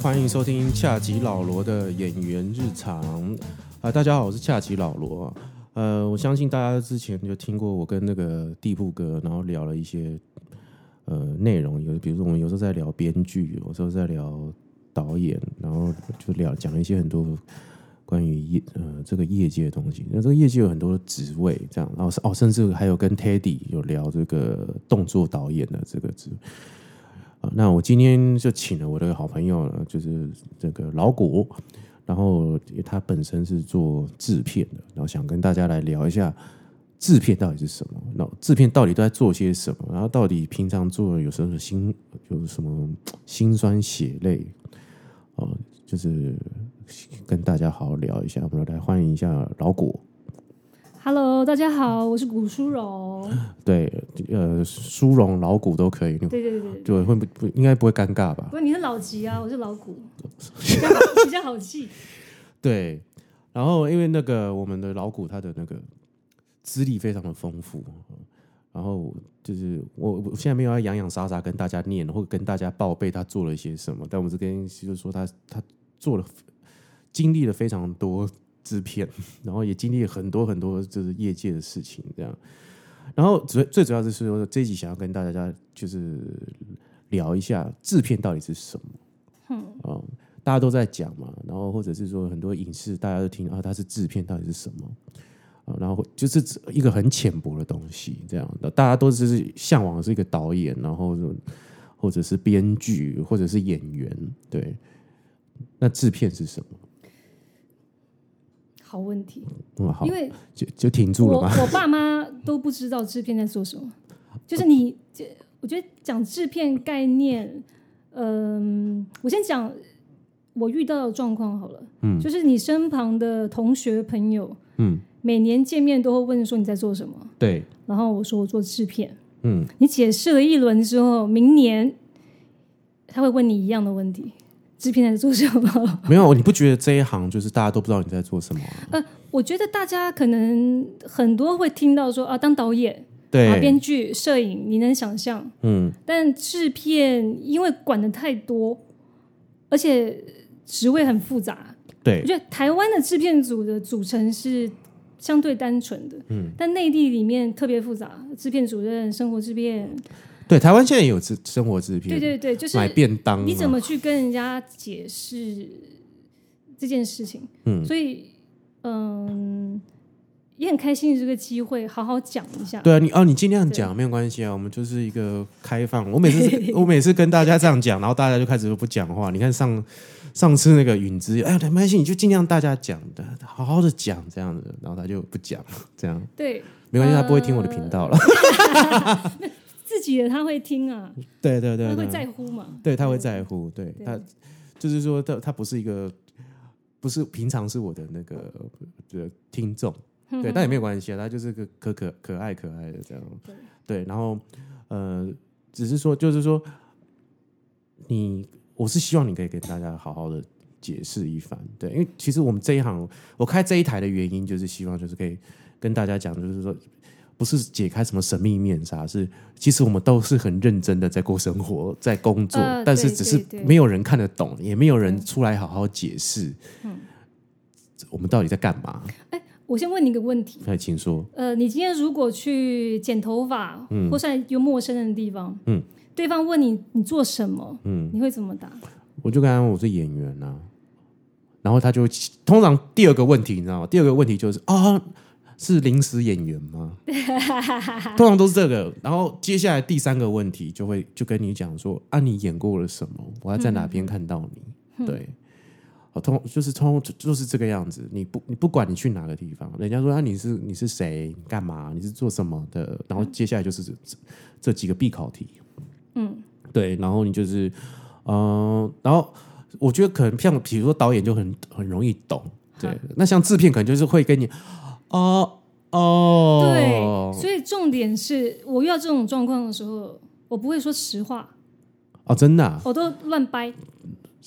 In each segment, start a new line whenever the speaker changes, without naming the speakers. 欢迎收听恰吉老罗的演员日常。啊、大家好，我是恰吉老罗。呃，我相信大家之前就听过我跟那个地步哥，然后聊了一些呃内容，有比如说我们有时候在聊编剧，有时候在聊导演，然后就聊讲一些很多关于业呃这个业界的东西。那这个业界有很多职位，这样，然后是哦，甚至还有跟 Teddy 有聊这个动作导演的这个职位。啊，那我今天就请了我的好朋友，就是这个老谷，然后他本身是做制片的，然后想跟大家来聊一下制片到底是什么，那制片到底都在做些什么，然后到底平常做有什么辛有什么辛酸血泪，哦、就是跟大家好好聊一下，我们来欢迎一下老谷。
Hello，大家好，我是古淑荣。
对，呃，殊荣老谷都可以，
对对对对，
对，会不不应该不会尴尬吧
不？过你是老吉啊，我是老古，比较好比较好记。
对，然后因为那个我们的老谷他的那个资历非常的丰富，然后就是我我现在没有要洋洋洒洒跟大家念或者跟大家报备他做了一些什么，但我们是跟就是说他他做了经历了非常多制片，然后也经历了很多很多就是业界的事情这样。然后最最主要就是说这一集想要跟大家就是聊一下制片到底是什么，嗯、大家都在讲嘛，然后或者是说很多影视大家都听啊，它是制片到底是什么？啊，然后就是一个很浅薄的东西，这样的大家都是向往的是一个导演，然后或者是编剧，或者是演员，对。那制片是什么？
好问题，
嗯，好
因，为
就就停住了
我
吗？
我爸妈都不知道制片在做什么，就是你，这我觉得讲制片概念，嗯、我先讲我遇到的状况好了，嗯，就是你身旁的同学朋友，
嗯，
每年见面都会问说你在做什么，
对，
然后我说我做制片，
嗯，
你解释了一轮之后，明年他会问你一样的问题：制片在做什 么？
没有，你不觉得这一行就是大家都不知道你在做什么啊？
我觉得大家可能很多会听到说啊，当导演、啊
对，
编剧、摄影，你能想象，
嗯，
但制片因为管的太多，而且职位很复杂，
对
我，觉得台湾的制片组的组成是相对单纯的，嗯，但内地里面特别复杂，制片主任、生活制片，
对，台湾现在也有制生活制片，
对对对，就是
买便当嘛，啊
你怎么去跟人家解释这件事情？
嗯
所以嗯，也很开心有这个机会，好好讲一下。
对啊，你哦，你尽量讲没有关系啊，我们就是一个开放。我每次我每次跟大家这样讲，然后大家就开始不讲话。你看上上次那个允之，哎，没关系，你就尽量大家讲的，好好的讲这样子，然后他就不讲，这样
对，
没关系，他不会听我的频道了。
嗯自己的他会听啊，
对对对
他会
对，
在乎嘛？
对他会在乎，对
对
他就是说他他不是一个。不是平常是我的那个的听众，对，但也没有关系啊，他就是个可可可爱可爱的这样，对，然后呃，只是说就是说，你我是希望你可以跟大家好好的解释一番，对，因为其实我们这一行，我开这一台的原因就是希望就是可以跟大家讲，就是说。不是解开什么神秘面纱，是其实我们都是很认真的在过生活，在工作，
呃
但是
对
只是
对对
没有人看得懂，也没有人
对嗯
出来好好解释，我们到底在干嘛？
我先问你一个问题，
那请说。
呃，你今天如果去剪头发，或是在一个陌生人的地方，
嗯，
对方问你你做什么，嗯，你会怎么答？
我就跟他说我是演员啊，然后他就通常第二个问题你知道吗？第二个问题就是啊，是临时演员吗？
啊
通常都是这个。然后接下来第三个问题就会就跟你讲说啊，你演过了什么？我还在哪边看到你？
嗯
对。哦，通就是通就是这个样子，你不你不管你去哪个地方，人家说啊你是你是谁，你干嘛，你是做什么的，然后接下来就是这这这几个必考题，嗯，对，然后你就是嗯，然后我觉得可能像比如说导演就很很容易懂，对
哈。
那像制片可能就是会跟你，哦哦，
对，所以重点是我遇到这种状况的时候，我不会说实话，
哦，真的、啊，
我都乱掰。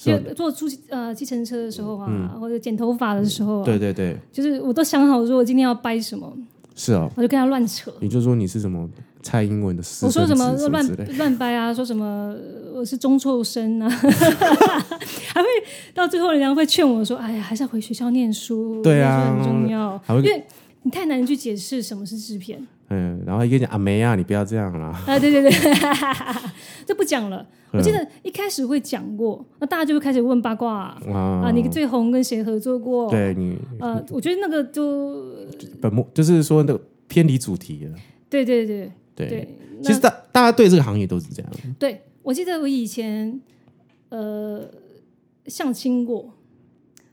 是哦
就
吧
坐出呃计程车的时候啊，或者剪头发的时候、啊，
对，对对，
就是我都想好说我今天要掰什么，
是哦。
我就跟他乱扯。
你就说你是什么蔡英文的私
我说
什
什么
么
乱
之类的，
乱掰啊，说什么呃我是中辍生啊，还会到最后人家会劝我说：“哎呀，还是要回学校念书，
对啊
念书很重要。
还”会
因为你太难去解释什么是制片
嗯，然后还跟你讲啊没啊，你不要这样啦，
啊！对对对，这不讲了。我记得一开始会讲过，那大家就会开始问八卦啊，
啊
啊你最红跟谁合作过？
对你
呃，我觉得那个就
本末就是说那个偏离主题了，
对对对
对。
对，
其实大大家对这个行业都是这样，
对，我记得我以前呃相亲过，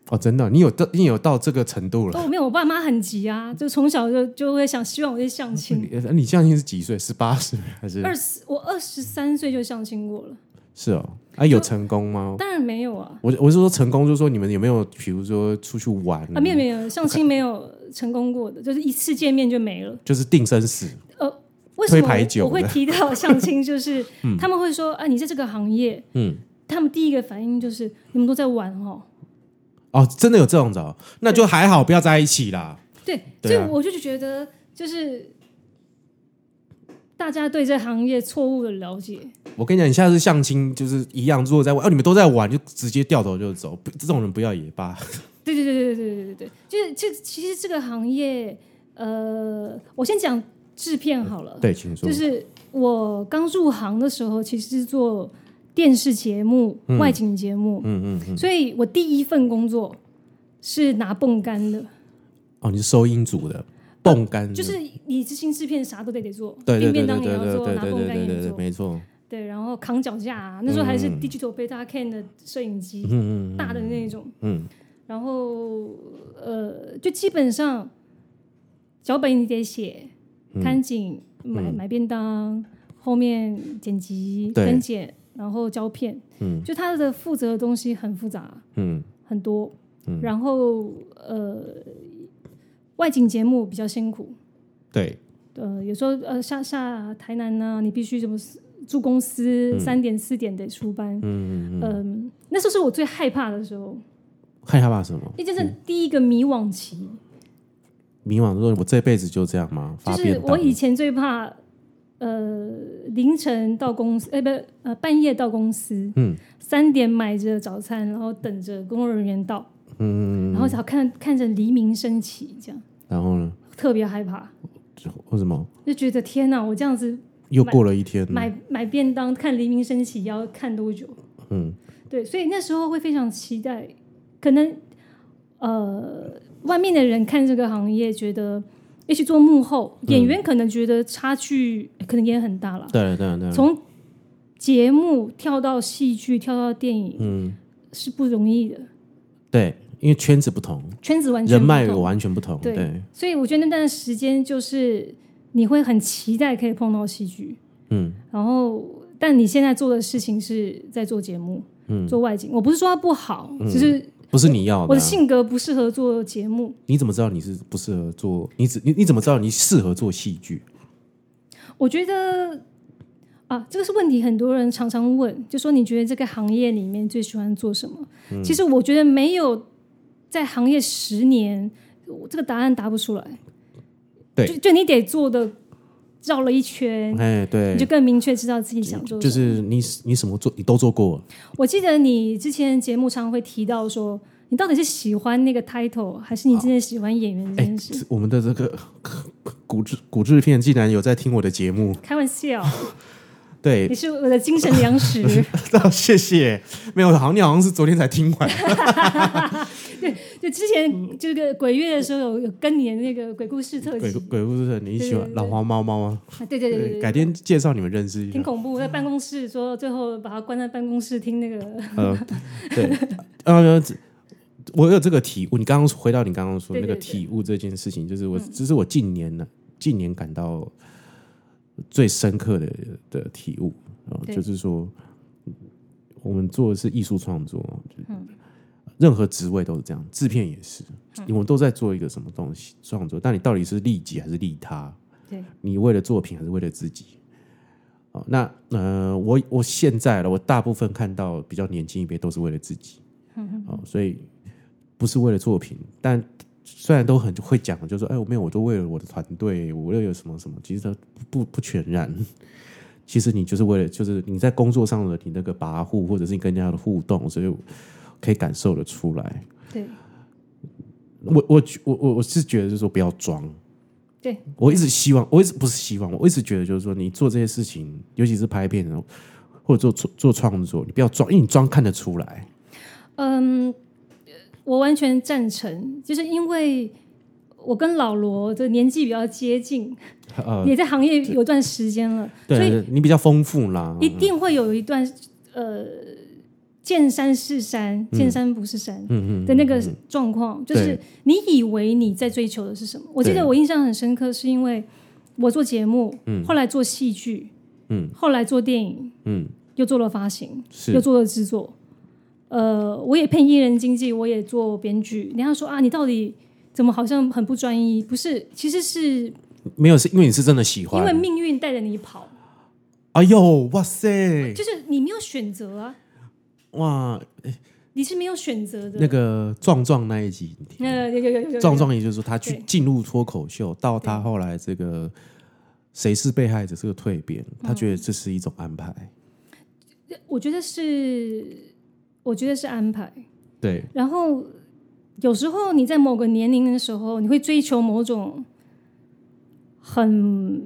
哦，真的，你有到你有到这个程度了。
哦，没有，我爸妈很急啊，就从小就就会想希望我去相亲。
你你相亲是几岁？十八岁还是？
二十，我二十三岁就相亲过了，
是哦，啊，有成功吗？
当然没有啊，
我我是说成功，就是说你们有没有，比如说出去玩，
啊，没有没有相亲没有成功过的，就是一次见面就没了。
就是定生死，
为什
推牌
么
九
我会
的
提到相亲？就是、 他们会说啊，你在这个行业，
嗯，
他们第一个反应就是你们都在玩哦。
哦，真的有这种的哦、那就还好，不要在一起啦。
对，所
对
以
啊
我就觉得就是大家对这行业错误的了解，
我跟你讲，你下次相亲就是一样，如果在玩，哦，你们都在玩，就直接掉头就走，不这种人不要也罢。
对对对对对对对对，就是这其实这个行业，呃，我先讲制片好了，
对，请说。
就是我刚入行的时候，其实是做电视节目、外景节目，
嗯嗯嗯，
所以我第一份工作是拿泵杆的，
哦，你是收音组的，泵杆的
呃就是你执行制片啥都得得做，
嗯对对对
订便
对
当也
对
要
对
做，
对
拿
对
泵杆
对
也
对
要
对，
做，
没错。
对，然后扛脚架、啊，那时候还是 digital beta can 的摄影机，
嗯嗯嗯
大的那种，
嗯，
然后呃，就基本上脚本你得写，
嗯
看景、买买便当，后面剪辑、
对
跟剪，然后胶片，
嗯，
就他的负责的东西很复杂
嗯
很多，然后呃，外景节目比较辛苦，
对，
呃，有时候呃下下台南呢、你必须什么住公司三、点四点得出班，
嗯嗯嗯嗯，
嗯、那时候是我最害怕的时候，
看一下吧，什么？
因为这是第一个迷惘期。
迷惘说：“我这辈子就这样吗？”
就
发
是
便当
我以前最怕，呃，凌晨到公司，哎、不，呃，半夜到公司，
嗯
三点买着早餐，然后等着工作人员到，
嗯，嗯嗯
然后才看看着黎明升起，这样
然后呢？
特别害怕，
就为什么
就觉得天哪，我这样子
又过了一天？
买买便当看黎明升起要看多久？
嗯，
对，所以那时候会非常期待，可能呃，外面的人看这个行业，觉得也许做幕后演员，可能觉得差距可能也很大了。
嗯对了对了对了，
从节目跳到戏剧，跳到电影，
嗯，
是不容易的，
对，因为圈子不同，
圈子完全
人
不
脉
同
完全不同，
对
对，
所以我觉得那段时间就是你会很期待可以碰到戏剧，
嗯
然后但你现在做的事情是在做节目，
嗯，
做外景。我不是说它不好，只是
不是你要
我
的
的
啊。
性格不适合做节目。
你怎么知道你是不适合做？你只你你怎么知道你适合做戏剧？
我觉得啊，这个是问题，很多人常常问，就说你觉得这个行业里面最喜欢做什么？
嗯
其实我觉得没有在行业十年，我这个答案答不出来。
对
就就你得做的绕了一圈，
哎，对
嗯你就，更明确知道自己想做什么。
就是你你什么做你都做过，
我记得你之前节目常会提到说，你到底是喜欢那个 title，还是你真的喜欢演员这
哎
件事？
我们的这个 古制古制片竟然有在听我的节目，
开玩笑，
对
你，是我的精神粮 食。
谢谢。没有，好像你好像是昨天才听完，
就之前这个鬼月的时候有有跟你的那个鬼故事特
鬼
辑
故，鬼故事，你喜欢
对对对
老黄猫猫吗？
啊对对对对对
改天介绍你们认识一下
挺。恐怖，在办公室说最后把他关在办公室听那个，
呃，对，呃，我有这个体悟。你刚刚回到你刚刚说
对嗯
那个
对对
体悟这件事情，就是我，这是我近年呢，近年感到最深刻的的体悟啊、
对
就是说，我们做的是艺术创作，
嗯
任何职位都是这样，制片也是，我们都在做一个什么东西创作，但你到底是利己还是利他？
对，
你为了作品还是为了自己？哦，那呃，我我现在了，我大部分看到比较年轻一辈都是为了自己，哦，所以不是为了作品，但虽然都很会讲，就说哎，我没有，我都为了我的团队，我为了什么什么，其实它不不全然。其实你就是为了，就是你在工作上的你那个跋扈，或者是你跟人家的互动，所以可以感受得出来。
对
我我我我我是觉得就是说不要装，
对，
我一直希望，我一直不是希望，我一直觉得就是说你做这些事情，尤其是拍片的时候，或者做做做创作，你不要装，因为你装看得出来。
嗯，我完全赞成，就是因为我跟老罗的年纪比较接近，
呃，
也在行业有段时间了，所以
对你比较丰富啦，
一定会有一段呃，见山是山，见山不是山
嗯嗯
的那个状况，就是
对
你以为你在追求的是什么？我记
对
得我印象很深刻，是因为我做节目，后来做戏剧，
嗯，
后来做电影，
嗯
又做了发行，又
是
做了制作。呃，我也配艺人经纪，我也做编剧。人家说啊，你到底怎么好像很不专一？不是，其实是
没有是因为你是真的喜
因为
欢。
命运带着你跑，
哎呦，哇塞，
就是你没有选择啊。
哇，
你是没有选择的。
那个壮壮那一集，
呃，有有有有有
壮壮也就是说他去
对
进入脱口秀，到他后来这个谁是被害者这个蜕变，他
嗯
觉得这是一种安排。
我觉得是，我觉得是安排。
对，
然后有时候你在某个年龄的时候，你会追求某种很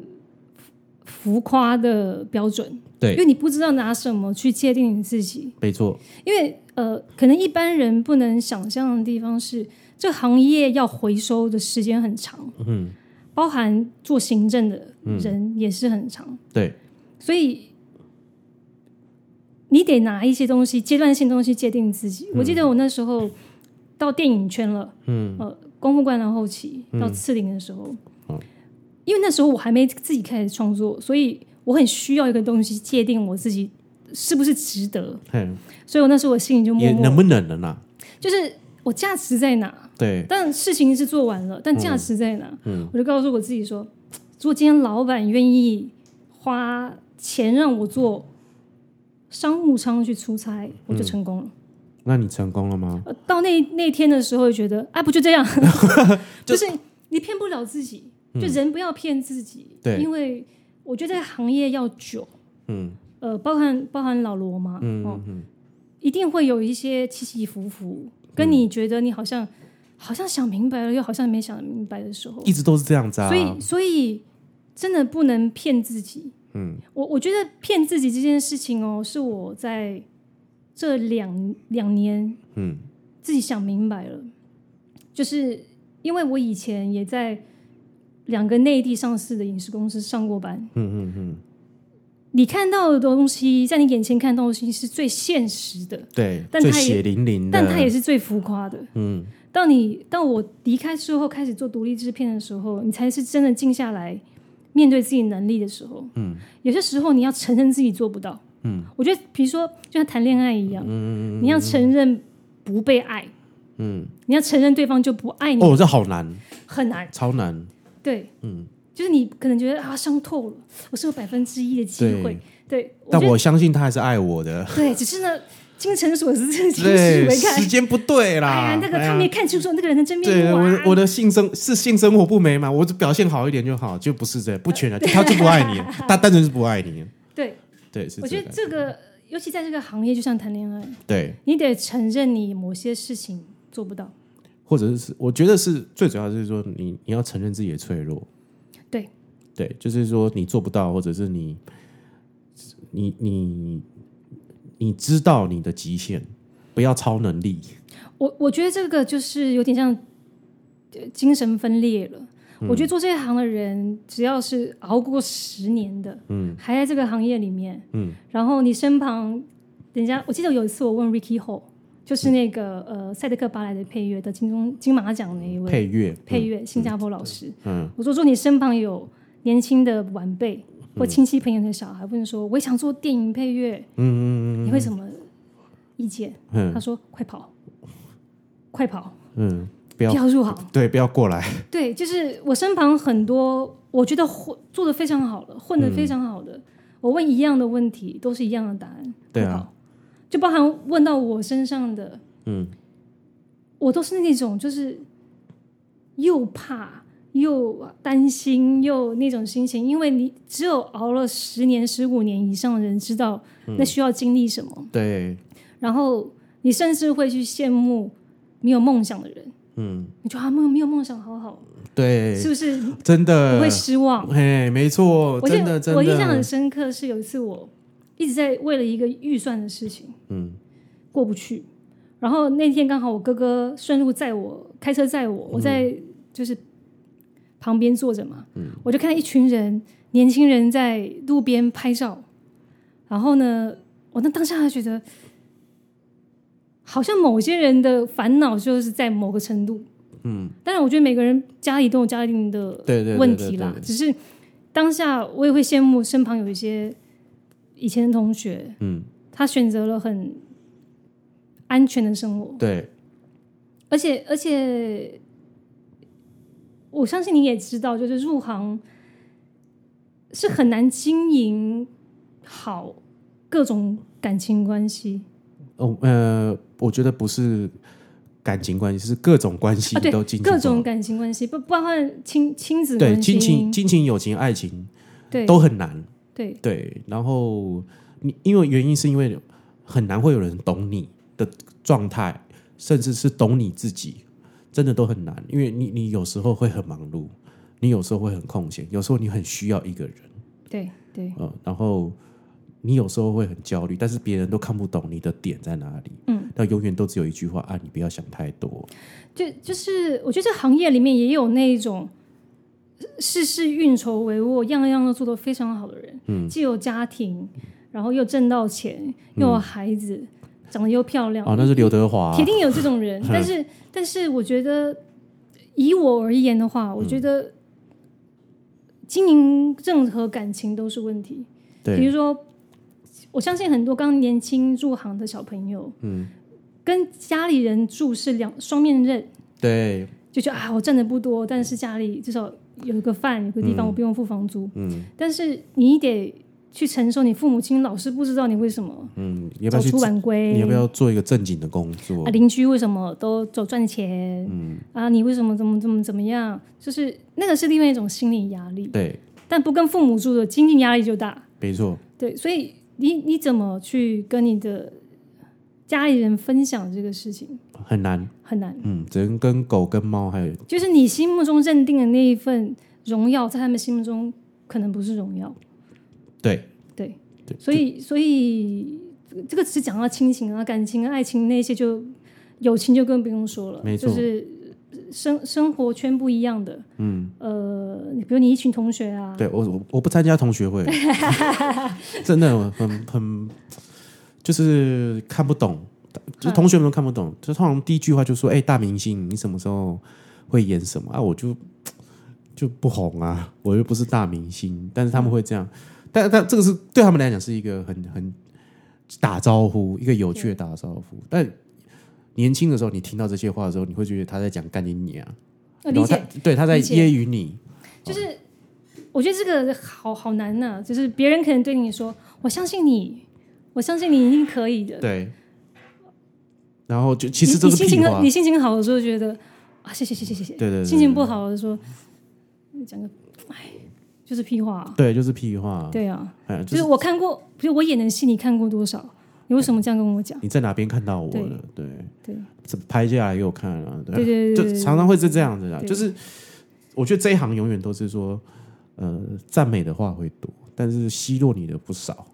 浮夸的标准，因
对，
为你不知道拿什么去界定你自己。
没错，
因为呃，可能一般人不能想象的地方是，这个行业要回收的时间很长，
嗯，
包含做行政的人也是很长。
对，
所以你得拿一些东西，阶段性东西界定自己。我记得我那时候到电影圈了，嗯，呃，功夫灌篮后期到次零的时候，因为那时候我还没自己开始创作，所以我很需要一个东西界定我自己是不是值得。
嘿，
所以我那时候我心里就默
也
默，
能不能了啦？
就是我价值在哪？
对，嗯
但事情是做完了，但价值在哪？我就告诉我自己说，如果今天老板愿意花钱让我做商务舱去出差，我就成功了。
嗯那你成功了吗？
呃到那那天的时候，觉得啊，不就 这样，就是你骗不了自己，就人不要骗自己，
嗯对
因为我觉得这个行业要久，
嗯，
呃，包含包含老罗嘛，嗯哦，一定会有一些起起伏伏，跟你觉得你好像、好像想明白了，又好像没想明白的时候，
一直都是这样子啊。
所以所以真的不能骗自己。嗯，我我觉得骗自己这件事情哦，是我在这两两年
嗯，
自己想明白了，就是因为我以前也在两个内地上市的影视公司上过班，
嗯嗯嗯，
你看到的东西，在你眼前看到的东西是最现实的，
对，
但
最
他也
血淋淋的，
但它也是最浮夸的。
嗯，
到你到我离开之后，开始做独立制片的时候，你才是真的静下来面对自己能力的时候。嗯，有些时候你要承认自己做不到。嗯，我觉得，比如说，就像谈恋爱一样，你要承认不被爱。嗯，你要承认对方就不爱哎你，
哦，这好难，
很难。
超难，
对，嗯，就是你可能觉得啊，伤透了，我是有百分之一的机会。对，我
但
觉得
我相信他还是爱我的。
对，只是呢，精诚所至，金石
对，
为开
时。间不对啦。
哎呀，那个
哎呀
他们也看清楚那个人的真面
对
目
我的
啊。
我的性生是性生活不美满，我只表现好一点就好，就不是这不全然，他就不爱你， 他单纯是不爱你。
对，
对，是
我
这个
觉得
感
这个，尤其在这个行业，就像谈恋爱，
对，
你得承认你某些事情做不到。
或者是我觉得是最主要的是说你你要承认自己的脆弱，
对
对，就是说你做不到，或者是你你你你知道你的极限，不要超能力。
我，我觉得这个就是有点像呃精神分裂了。我觉得做这一行的人，只要是熬过十年的，嗯，还在这个行业里面，嗯，然后你身旁，人家我记得有一次我问 Ricky Ho，就是那个、呃《赛德克巴莱》的配乐的金钟金马奖那一位
配乐，
配乐，新加坡老师。嗯，我说说你身旁有年轻的晚辈或亲戚朋友的小孩，问说我也想做电影配乐，嗯嗯嗯，你会什么意见？
嗯
他说快跑，快跑，
嗯，不
不
要
要 入行。
对，不要过来，
对，就是我身旁很多我觉得混做的非常好的，混
嗯
的非常好的，我问一样的问题都是一样的答案，
对
快
啊
跑，就包含问到我身上的，
嗯，
我都是那种就是又怕又担心又那种心情，因为你只有熬了十年、十五年以上的人知道
嗯
那需要经历什么，
对，
然后你甚至会去羡慕没有梦想的人，
嗯，
你觉得啊，没有没有梦想好好，
对呃
是，不是你
真的
会，失望？
嘿，没错，
我
哦真的，真的，
印我印象很深刻是有一次我一直在为了一个预算的事情
嗯
过不去，然后那天刚好我哥哥顺路载我开车载我，我在
嗯
就是旁边坐着嘛，我就看到一群人年轻人在路边拍照，然后呢，我那当下还觉得。好像某些人的烦恼就是在某个程度，
嗯，
当然，我觉得每个人家里都有家庭的
对对对
问题啦
对对对，
只是当下我也会羡慕身旁有一些以前的同学，
嗯，
他选择了很安全的生活，
对，
而且而且，我相信你也知道，就是入行是很难经营好各种感情关系，
哦，呃，我觉得不是感情关系，是各种关系
啊，对
都进，行
各种
到
感情关系，不包括亲亲子
对
关系，
亲情、亲情、友情、爱情
对
都很难。
对
对，然后你因为原因是因为很难会有人懂你的状态，甚至是懂你自己，真的都很难。因为你你有时候会很忙碌，你有时候会很空闲，有时候你很需要一个人，
对对，
嗯，然后你有时候会很焦虑，但是别人都看不懂你的点在哪里。
嗯，
那永远都只有一句话啊，你不要想太多。
就就是我觉得这行业里面也有那一种事事运筹帷幄，样样都做得非常好的人，嗯，既有家庭，然后又挣到钱，又有孩子，长得又漂亮，
嗯哦，那是刘德华、
铁定有这 种人。但是但是我觉得以我而言的话，我觉
嗯
得经营任何感情都是问题，比
对
如说，我相信很多刚年轻入行的小朋友，嗯，跟家里人住是两双面刃，
对，
就觉得啊，我挣的不多，但是家里至少有一个饭，有个地方我不用付房租，
嗯
但是你得去承受你父母亲老是不知道你为什么
嗯，你要不
早
要去
出
做？
晚归，
你要不要做一个正经的工作？
啊，邻居为什么都走赚钱，嗯啊，你为什么怎么怎么怎么样，就是那个是另外一种心理压力，
对，
但不跟父母住的经济压力就大，
没错，
对，所以你你怎么去跟你的家里人分享这个事情
很难。
很难，
嗯，只能跟狗、跟猫还有
就是你心目中认定的那一份荣耀，在他们心目中可能不是荣耀。
对
对，
对
所以所以这个只是讲到亲情啊、感情、啊、爱情那些就，友情就更不用说了，
没错
就是生生活圈不一样的，嗯，呃，你比如你一群同学啊，
对，我我我不参加同学会，真的很很就是看不懂，就是同学们都看不懂，就通常第一句话就说：“哎、大明星，你什么时候会演什么啊？”我就就不红啊，我又不是大明星，但是他们会这样，但但这个是对他们来讲是一个很很打招呼，一个有趣的打招呼，但。年轻的时候，你听到这些话的时候，你会觉得他在讲干你娘，
呃
然
理
后他
解，
对他在
理
揶
解
揄你，
就是我觉得这个好好难呐、就是别人可能对你说：“我相信你，我相信你一定可以的。
对。然后就
你”
其实这
你
是
心
屁
情
话
你，心情好的时候觉得啊，谢谢谢谢谢谢，
对对对
心情不好的时候你讲个哎，就是屁话、啊。
对，就是屁话。
对啊，
哎，
就
就是是
我看过，比如我演的戏，你看过多少？你为什么这样跟我讲？
你在哪边看到我
对
了？对，
对
这拍下来给我看啊。
对对对
就
对对
常常会是这样子的，
对
就是我觉得这一行永远都是说，呃，赞美的话会多，但是奚落你的不少，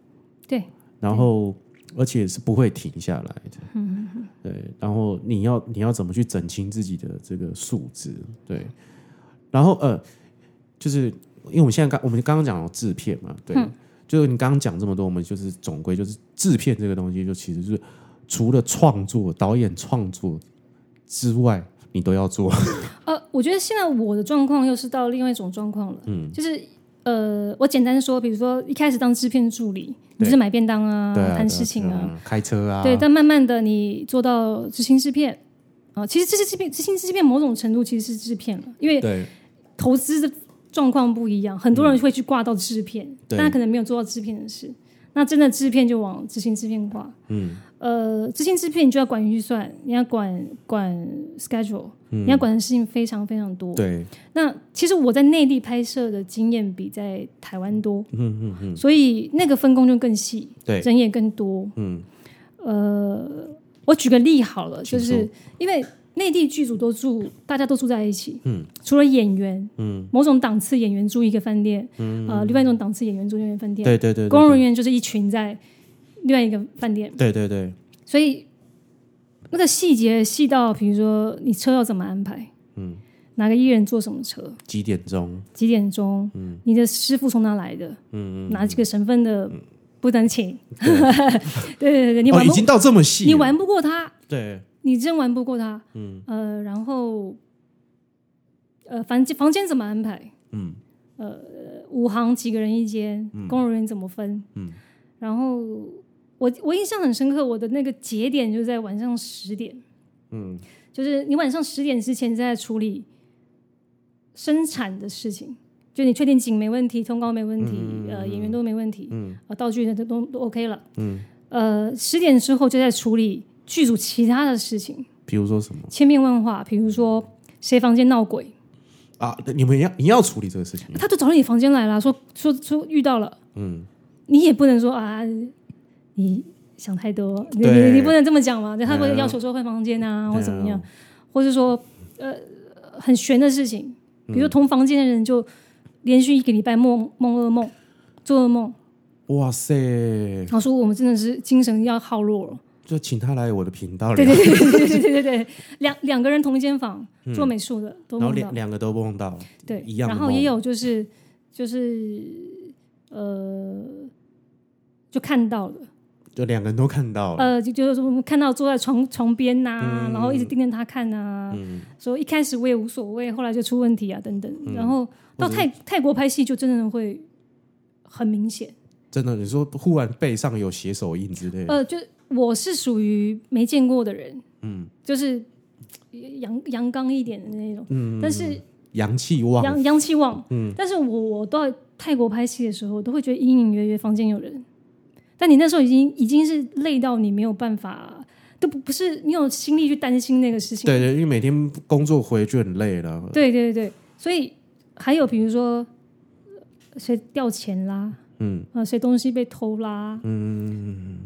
对，
然后而且是不会停下来的。嗯，对，然后你要你要怎么去整清自己的这个素质？对，然后呃，就是因为我们现在刚我们刚刚讲了制片嘛，对，就是你刚刚讲这么多，我们就是总归就是制片这个东西，就其实是除了创作、导演创作之外，你都要做。
呃，我觉得现在我的状况又是到另外一种状况了，嗯，就是呃，我简单说，比如说一开始当制片助理，你就是买便当啊，
对啊，
谈
对
事情
对
啊，
开车啊，
对，但慢慢的你做到执行制片啊，其实这些制片、执行制片某种程度其实是制片了，因为
对
投资的状况不一样，很多人会去挂到制片，
嗯对
但他可能没有做到制片的事。那真的制片就往执行制片挂，嗯，呃，执行制片你就要管预算，你要管管 schedule，、你要管的事情非常非常多。
嗯对，
那其实我在内地拍摄的经验比在台湾多，
嗯嗯嗯，
所以那个分工就更细，
对，
人也更多。
嗯
呃，我举个例好了，就
请
是因为内地剧组都住，大家都住在一起，
嗯，
除了演员，
嗯，
某种档次演员住一个饭店，嗯，呃，另外一种档次演员住另外一个饭店，
对对对，对
工作人员就是一群在另外一个饭店，
对对对，
所以那个细节细到，比如说你车要怎么安排，
嗯，
哪个艺人坐什么车，
几点钟？
几点钟，嗯，你的师傅从哪来的，
嗯，
哪几个省份的不能请，
对
对对对，你
哦，
玩
已
不、
经到这么细了，
你玩不过他，
对，
你真玩不过他，
嗯
呃，然后呃，房间房间怎么安排？
嗯
呃，五行几个人一间，工作人员怎么分？
嗯，
然后我我印象很深刻，我的那个节点就在晚上十点，
嗯
就是你晚上十点之前在处理生产的事情，就你确定景没问题，通告没问题，呃，演员都没问题，
嗯
呃，道具都都都 OK 了，
嗯，
呃，十点之后就在处理剧组其他的事情，
比如说什么
千变万化，比如说谁房间闹鬼，
啊？你们要你要处理这个事情，
他就找到你房间来了，说说说遇到了，
嗯，
你也不能说啊，你想太多，你
对
你你不能这么讲嘛，对他会
嗯
要求说换房间啊，或
对啊
怎么样，或是说呃很悬的事情，
嗯
比如说同房间的人就连续一个礼拜梦梦噩梦，做噩梦，
哇塞，
然后说我们真的是精神要耗弱了，
就请他来我的频道聊，
对对对对对对对对对，两两个人同一间房做美术的都
嗯然后
梦到
两。两个都碰到，
对，
一样的
然
梦
后也有就是就是呃，就看到了，
就两个人都看到了，
呃，就就是我们看到坐在床床边呐、然后一直盯着他看呐、说一开始我也无所谓，后来就出问题啊等等。然后到泰泰国拍戏就真的会很明显，
真的，你说忽然背上有血手印之类的，
呃，就我是属于没见过的人，嗯，就是阳阳刚一点的那种，嗯，但是
阳气旺，
阳阳气旺。嗯，但是我我到泰国拍戏的时候，都会觉得隐隐约约房间有人，但你那时候已经已经是累到你没有办法，都不不是你有心力去担心那个事情。
对对，因为每天工作回就很累了，
对对对对所以还有比如说呃谁掉钱啦，
嗯
啊、谁东西被偷啦，
嗯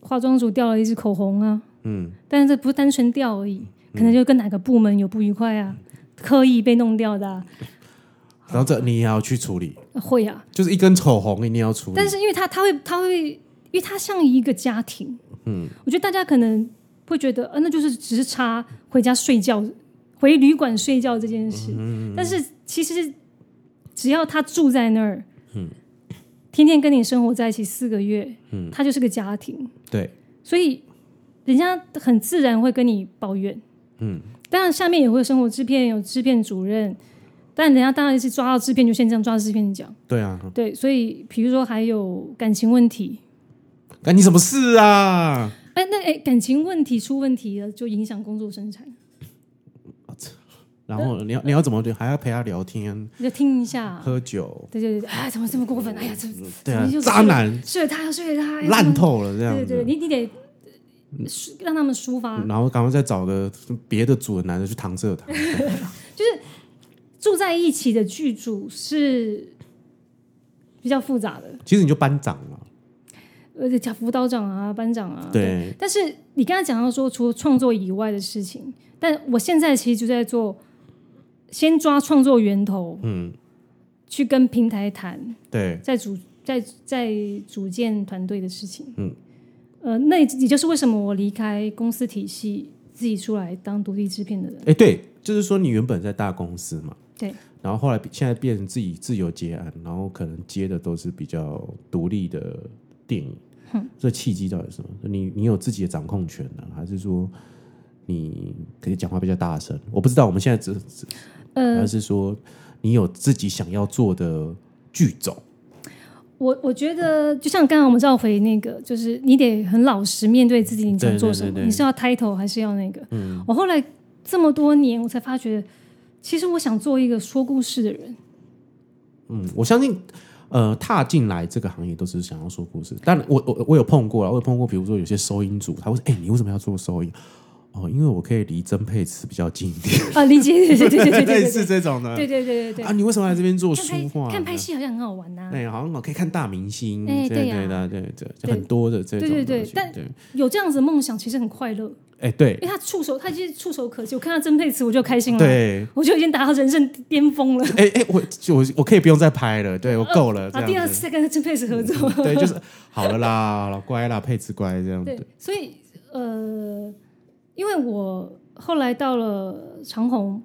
化妆组掉了一支口红啊，
嗯
但是这不是单纯掉而已，可能就跟哪个部门有不愉快啊，
嗯
刻意被弄掉的、啊、
然后这你也要去处理，
会啊。
就是一根口红一定要处理，
但是因为他他会他会，因为他像一个家庭，嗯，我觉得大家可能会觉得，呃，那就是只是差回家睡觉，回旅馆睡觉这件事，但是其实只要他住在那儿，嗯，天天跟你生活在一起四个月，嗯，他就是个家庭，
对，
所以人家很自然会跟你抱怨，嗯，当然下面也会有生活制片有制片主任，但人家当然是抓到制片就先这样抓到制片讲。
对啊，
对，所以比如说还有感情问题，
干你什么事啊？
哎，那哎感情问题出问题了，就影响工作生产，
然
呃
后你要你要怎么对，还要陪他聊天、
你就听一下。
喝酒，
对对对，啊，怎么这么过分？哎呀，这
对啊
怎么，又
渣男
睡了他又睡了他，哎呀
烂。透了这
怎么对
样
对对，
子。嗯
你你得呃抒让他们抒发。
然后赶快再找个别的组的男的去搪塞他，
住在一起的剧组是比较复杂的，
其实你就班长了，
而且讲辅导长啊、班长啊，
对，
但是你刚才讲到说，除了创作以外的事情，但我现在其实就在做，先抓创作源头，
嗯，
去跟平台谈，
对，
在组在在组建团队的事情，
嗯，
呃，那也就是为什么我离开公司体系，自己出来当独立制片的人，
哎，对，就是说你原本在大公司嘛，
对，
然后后来现在变成自己自由接案，然后可能接的都是比较独立的电影。这契机到底是什么？你你有自己的掌控权呢、还是说你可以讲话比较大声？我不知道，我们现在只只
呃，
而是说你有自己想要做的剧种，
我我觉得就像刚刚我们绕回那个，就是你得很老实面对自己，你想做什么，
对对对对嗯
你是要 title 还是要那个？我后来这么多年，我才发觉，其实我想做一个说故事的人。
嗯，我相信呃，踏进来这个行业都只是想要说故事。但我我我有碰过啊，我有碰过，比如说有些收音组，他会说：“哎、你为什么要做收音？”哦，因为我可以离曾沛慈比较近一点，
啊，理解，对对对对对
类
对
似这种的。
对对对对对
啊，。你为什么来这边做书
看
画
拍
呢？
看拍戏好像很好玩呐、
哎、好像我可以看大明星，
哎
对
对
对
呀
的，对对，就
对
很多的这种
对对对
东西
但
对，
有这样子的梦想其实很快乐，
哎、对
因为他触手，他其实触手可及。我看到曾沛慈我就开心了，
对，
我就已经达到人生巅峰了。
哎、哎、我我我可以不用再拍了，对我够了，这
啊，第二
样
次
子，
再跟曾沛慈合作，
对，就是好了啦，老乖啦，配置乖这样
对
子，，
所以呃，因为我后来到了长虹，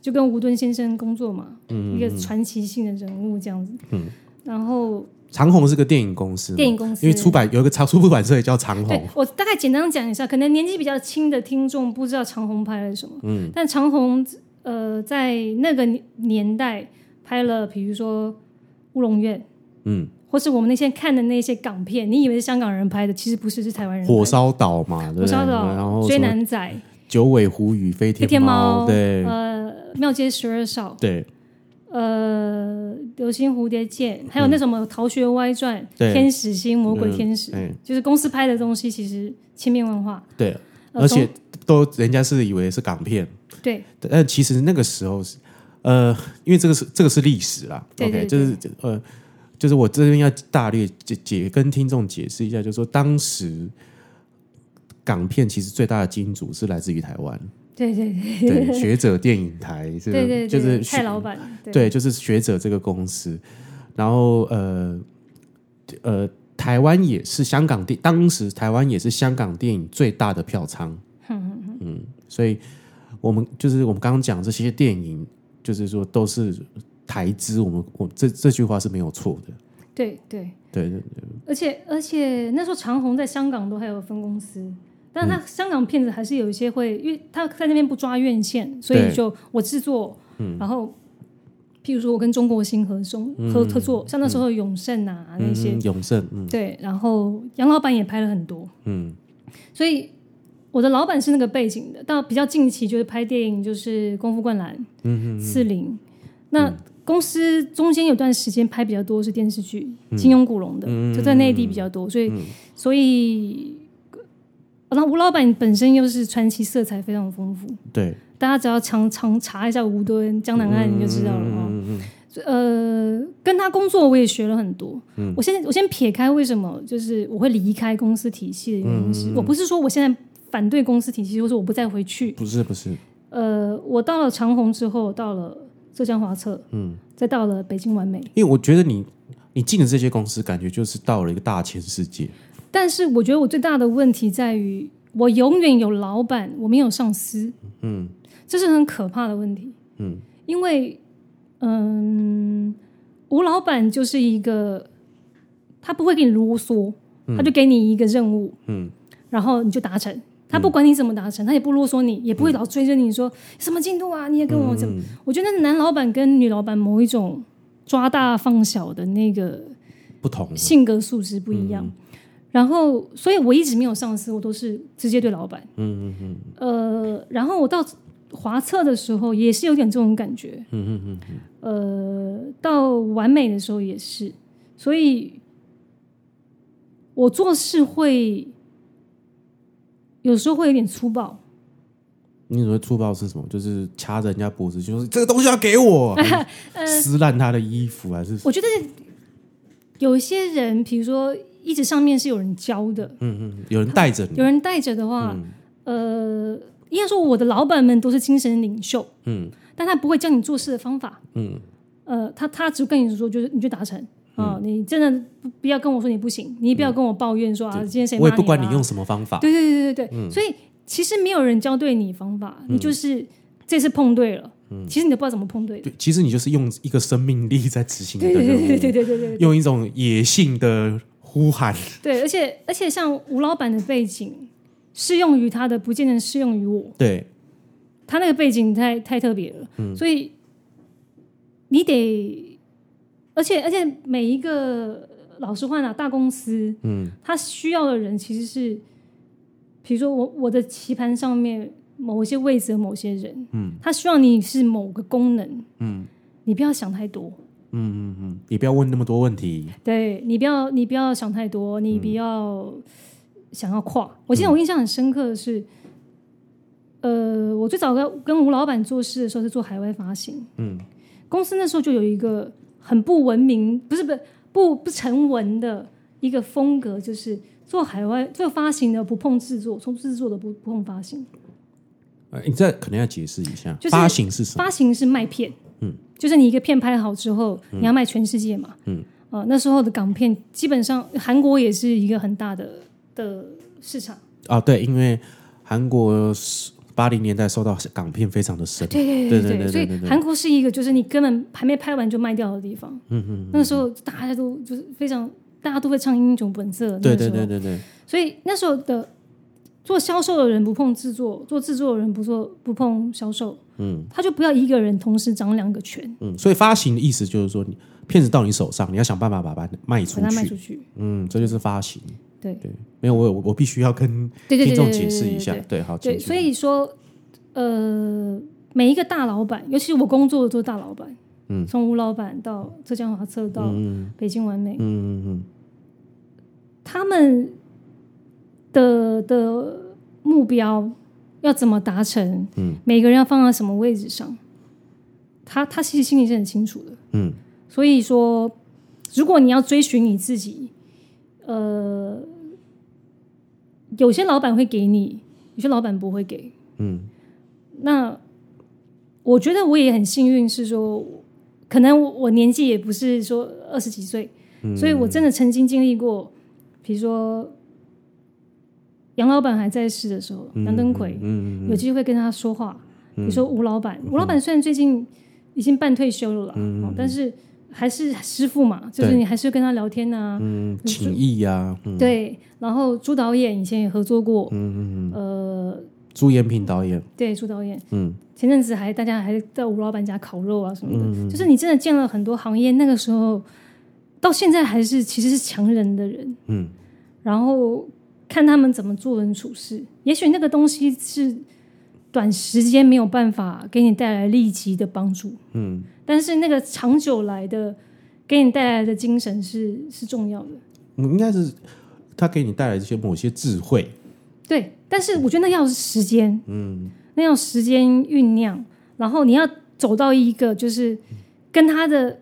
就跟吴敦先生工作嘛，一个传奇性的人物这样子，
嗯
然后
长虹是个电影公司嘛，
电影公司
因为出版有一个长出版社也叫长
对
虹，
我大概简单讲一下，可能年纪比较轻的听众不知道长虹拍了什么，
嗯，
但长虹呃在那个年年代拍了，比如说《乌龙院》，
嗯，
或是我们那些看的那些港片，你以为是香港人拍的，其实不是，是台湾人拍的
火。烧岛嘛，对
火
不对？
烧
然后
岛、追
什么
男仔、
九尾狐与飞
飞天
猫，
猫
对、
呃，《庙街十二少》，
对，
呃，《流星蝴蝶剑》，还有那什么《逃学歪传》
对
天使心》《魔鬼
嗯
天使》
哎
就是公司拍的东西，其实千变万化。
对，
呃
而且都人家是以为是港片。
从对
但其实那个时候是，呃，因为这个是这个是历史啦
对对
o k 就是呃，就是我这边要大略解解跟听众解释一下，就是说当时港片其实最大的金主是来自于台 湾，
对对对
对学者电影台是，
对对，
就是
蔡
学
老板，
对，就是学者这个公司，然后呃呃，台湾也是香港电，当时台湾也是香港电影最大的票仓，嗯，所以我们就是我们刚刚讲这些电影，就是说都是台资，我们我这这句话是没有错的，
对对，
对对
而且而且那时候长虹在香港都还有分公司，
嗯
但是他香港片子还是有一些会，因为他在那边不抓院线，所
对嗯
以就我制作，然后譬如说我跟中国新合中合合作，像那时候的永盛啊那些，
嗯、永盛，嗯
对，然后杨老板也拍了很多，
嗯
所以我的老板是那个背景的，到比较近期就是拍电影，就是《功夫灌篮》嗯四零。那公司中间有段时间拍比较多是电视剧，金庸古龙的，就在内地比较多，所以、所以。呃那吴老板本身又是传奇色彩非常丰富，
对，
大家只要常常查一下吴敦、江南岸，你就知道了哦。
嗯嗯
呃，跟他工作我也学了很多。
嗯
我现在我先撇开为什么就是我会离开公司体系的原因
嗯
是，我不是说我现在反对公司体系，或是我不再回去。
不是不是，
呃，我到了长虹之后，到了浙江华策，
嗯，
再到了北京完美，
因为我觉得你你进了这些公司，感觉就是到了一个大千世界，
但是我觉得我最大的问题在于，我永远有老板，我没有上司，
嗯
这是很可怕的问题。
嗯
因为，嗯，吴老板就是一个，他不会给你啰嗦，他就给你一个任务，
嗯，
然后你就达成。他不管你怎么达成，他也不啰嗦你，也不会老追着你说、什么进度啊，你也跟
嗯
我怎么。我觉得那男老板跟女老板某一种抓大放小的那个
不同，
性格素质不一样。然后，所以我一直没有上司，我都是直接对老板。
嗯嗯嗯
呃，然后我到华策的时候也是有点这种感觉，
嗯嗯嗯嗯，
呃，到完美的时候也是，所以我做事会有时候会有点粗暴，
你所谓粗暴是什么？就是掐着人家脖子，就说这个东西要给 我，还
呃
是撕烂他的衣服，还是
我觉得有一些人，比如说一直上面是有人教的，
嗯嗯，有人带着你
有，人带着的话，呃，应该说我的老板们都是精神领袖，
嗯
但他不会教你做事的方法，
嗯
呃，他他只跟你说就是你去达成。啊、你真的不不要跟我说你不行，你也不要跟我抱怨说、啊，今天谁骂
我
你
也不管
啦
你用什么方法，
对对对对对，所以其实没有人教对你方法，你就是这次碰对了，其实你都不知道怎么碰对的。
对，其实你就是用一个生命力在执行你
对
的
对对对对
任务，
对对对
用一种野性的呼 喊，
对，而且而且像吴老板的背景适用于他的，不见得适用于我，
对，
他那个背景太太特别了，
嗯
所以你得，而且而且每一个老实话啊，大公司
嗯
他需要的人其实是，比如说我我的棋盘上面某一些位置的某些人，
嗯
他希望你是某个功能，
嗯
你不要想太多，
嗯嗯嗯，也不要问那么多问题。
对你不要你不要想太多，你不要想要跨。我记得我印象很深刻的是，呃，我最早跟跟吴老板做事的时候是做海外发行，
嗯，
公司那时候就有一个很不文明，不是不不不成文的一个风格，就是做海外做发行的不碰制作，从制作的不不碰发行。
呃，你这可能要解释一下，
就是
发行是什么？
发行是卖片，嗯，就是你一个片拍好之后，
嗯
你要卖全世界嘛，嗯，呃，那时候的港片基本上韩国也是一个很大的的市场，
啊，对，因为韩国八零年代受到港片非常的深，
对
对对
对
对
所以
对对
韩国是一个就是你根本还没拍完就卖掉的地方，嗯嗯那个时候大家都就是非常大家都会唱英雄本色，呃那个
对
时
对
候
对对对，
所以那时候的做销售的人不碰制作，做制作的人不做不碰销售，嗯，他就不要一个人同时掌两个权。
嗯，所以发行的意思就是说，你片子到你手上，你要想办法把它卖出
把它卖
去，
出去，
嗯，这就是发行。
对
对，没有我有我必须要跟
对对对
听众
对
解
对对
释
对
一下
对，
对，好，
对，
请
所以说，呃，每一个大老板，尤其是我工作的都是大老板，嗯，从吴老板到浙江华策到北京完美，
嗯嗯嗯，
他们的的目标要怎么达成？嗯，每个人要放在什么位置上？他他其实心里是很清楚的。
嗯，
所以说，如果你要追寻你自己，呃，有些老板会给你，有些老板不会给。
嗯，
那我觉得我也很幸运，是说，可能我我年纪也不是说二十几岁，
嗯
所以我真的曾经经历过，比如说杨老板还在世的时候，杨登魁、
嗯
有机会跟他说话，比如说吴老板，吴老板虽然最近已经半退休了啦，哦但是还是师傅嘛，就
嗯
是
对
你还是跟他聊天啊，
嗯，情谊呀，嗯，
对。然后朱导演以前也合作过，呃，
朱延平导演，
对，朱导演，
嗯，
前阵子还大家还在吴老板家烤肉啊什么的，
嗯
就是你真的见了很多行业，那个时候到现在还是其实是强人的人，
嗯，
然后看他们怎么做人处事，也许那个东西是短时间没有办法给你带来立即的帮助，
嗯，
但是那个长久来的给你带来的精神是是重要的，
嗯应该是他给你带来这些某些智慧，
对，但是我觉得那要时间，嗯，那要时间酝酿，然后你要走到一个就是跟他的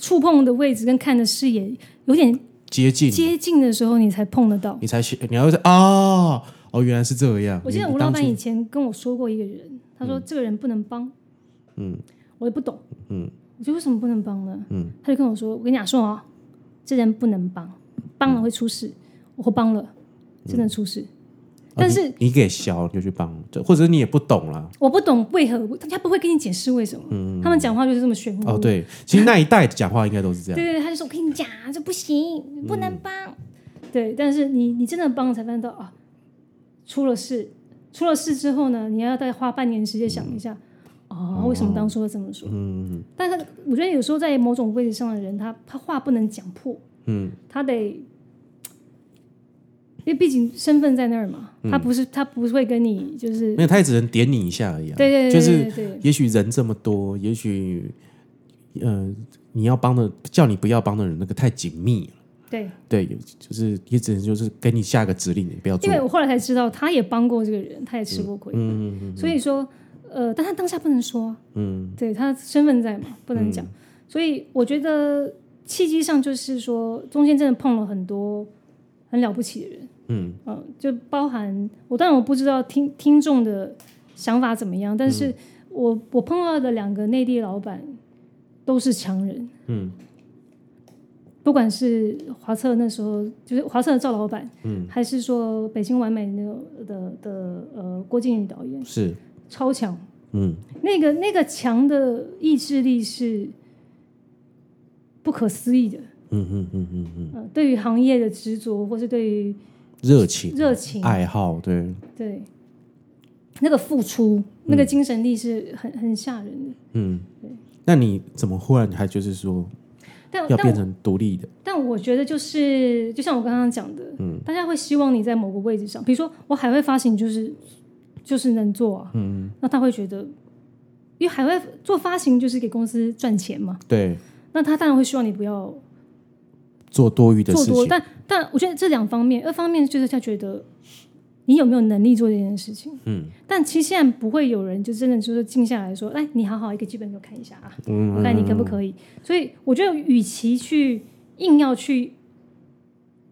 触碰的位置跟看的视野有点
接近，
接近的时候，你才碰得到。
你才学，你要是哦哦，原来是这样。
我记得
你
吴
你
老
当
板
初
以前跟我说过一个人，他说这个人不能帮，嗯，我也不懂，嗯，我觉得为什么不能帮呢？嗯，他就跟我说，我跟你讲说啊，这人不能帮，帮了会出事，我帮了真的出事，
啊
但
你
是
你给小你就去帮，对或者你也不懂啦。
我不懂为何，他不会跟你解释为什么，他们讲话就是这么玄乎。
嗯哦，对，其实那一代讲话应该都是这
嗯对
样。嗯
对，他就说我跟你讲，这不行，不能帮。对，但是你你真的帮了才发现到啊，出了事，出了事之后呢，你要再花半年时间想一下，哦，为什么当初会这么说？嗯，但是我觉得有时候在某种位置上的人，他他话不能讲破，
嗯，
他得，因为毕竟身份在那儿嘛，他不是他不会跟你就是
嗯没有，他也只能点你一下而已、啊。
对对对对
就是
对对
也许人这么多，也许呃，你要帮的叫你不要帮的人，那个太紧密了。
对。
对，有就是也只能就是给你下个指令，你不要做
因。为我后来才知道，他也帮过这个人，他也吃过亏。嗯嗯所以说，呃，但他当下不能说、啊。嗯。对他身份在嘛，不能讲。所以我觉得契机上就是说，中间真的碰了很多很了不起的人。嗯。嗯、就包含我，当然我不知道听听众的想法怎么样，但是我、我碰到的两个内地老板都是强人。嗯。不管是华策那时候，就是华策的赵老板，还是说北京完美那个的的呃郭靖宇导演
是，
超强，
嗯，
那个那个强的意志力是不可思议的。
嗯嗯嗯嗯嗯，
呃，对于行业的执着，或是对于
热情、
热情，
爱好，对，
对那个付出，那个精神力是很很吓人的。
嗯。那你怎么忽然还就是说
但
要
但
变
我
成独立的？
但我觉得就是，就像我刚刚讲的，嗯，大家会希望你在某个位置上，比如说我海外发行就是就是能做啊，嗯，那他会觉得，因为海外做发行就是给公司赚钱嘛，
对，
那他当然会希望你不要
做多余的
做
事
多，
情，
但但我觉得这两方面，二方面就是他觉得你有没有能力做这件事情。
嗯
但其实现在不会有人就真的就是静下来说，哎，你好好一个剧本给我看一下啊，
嗯
我看你可不可以。所以我觉得，与其去硬要去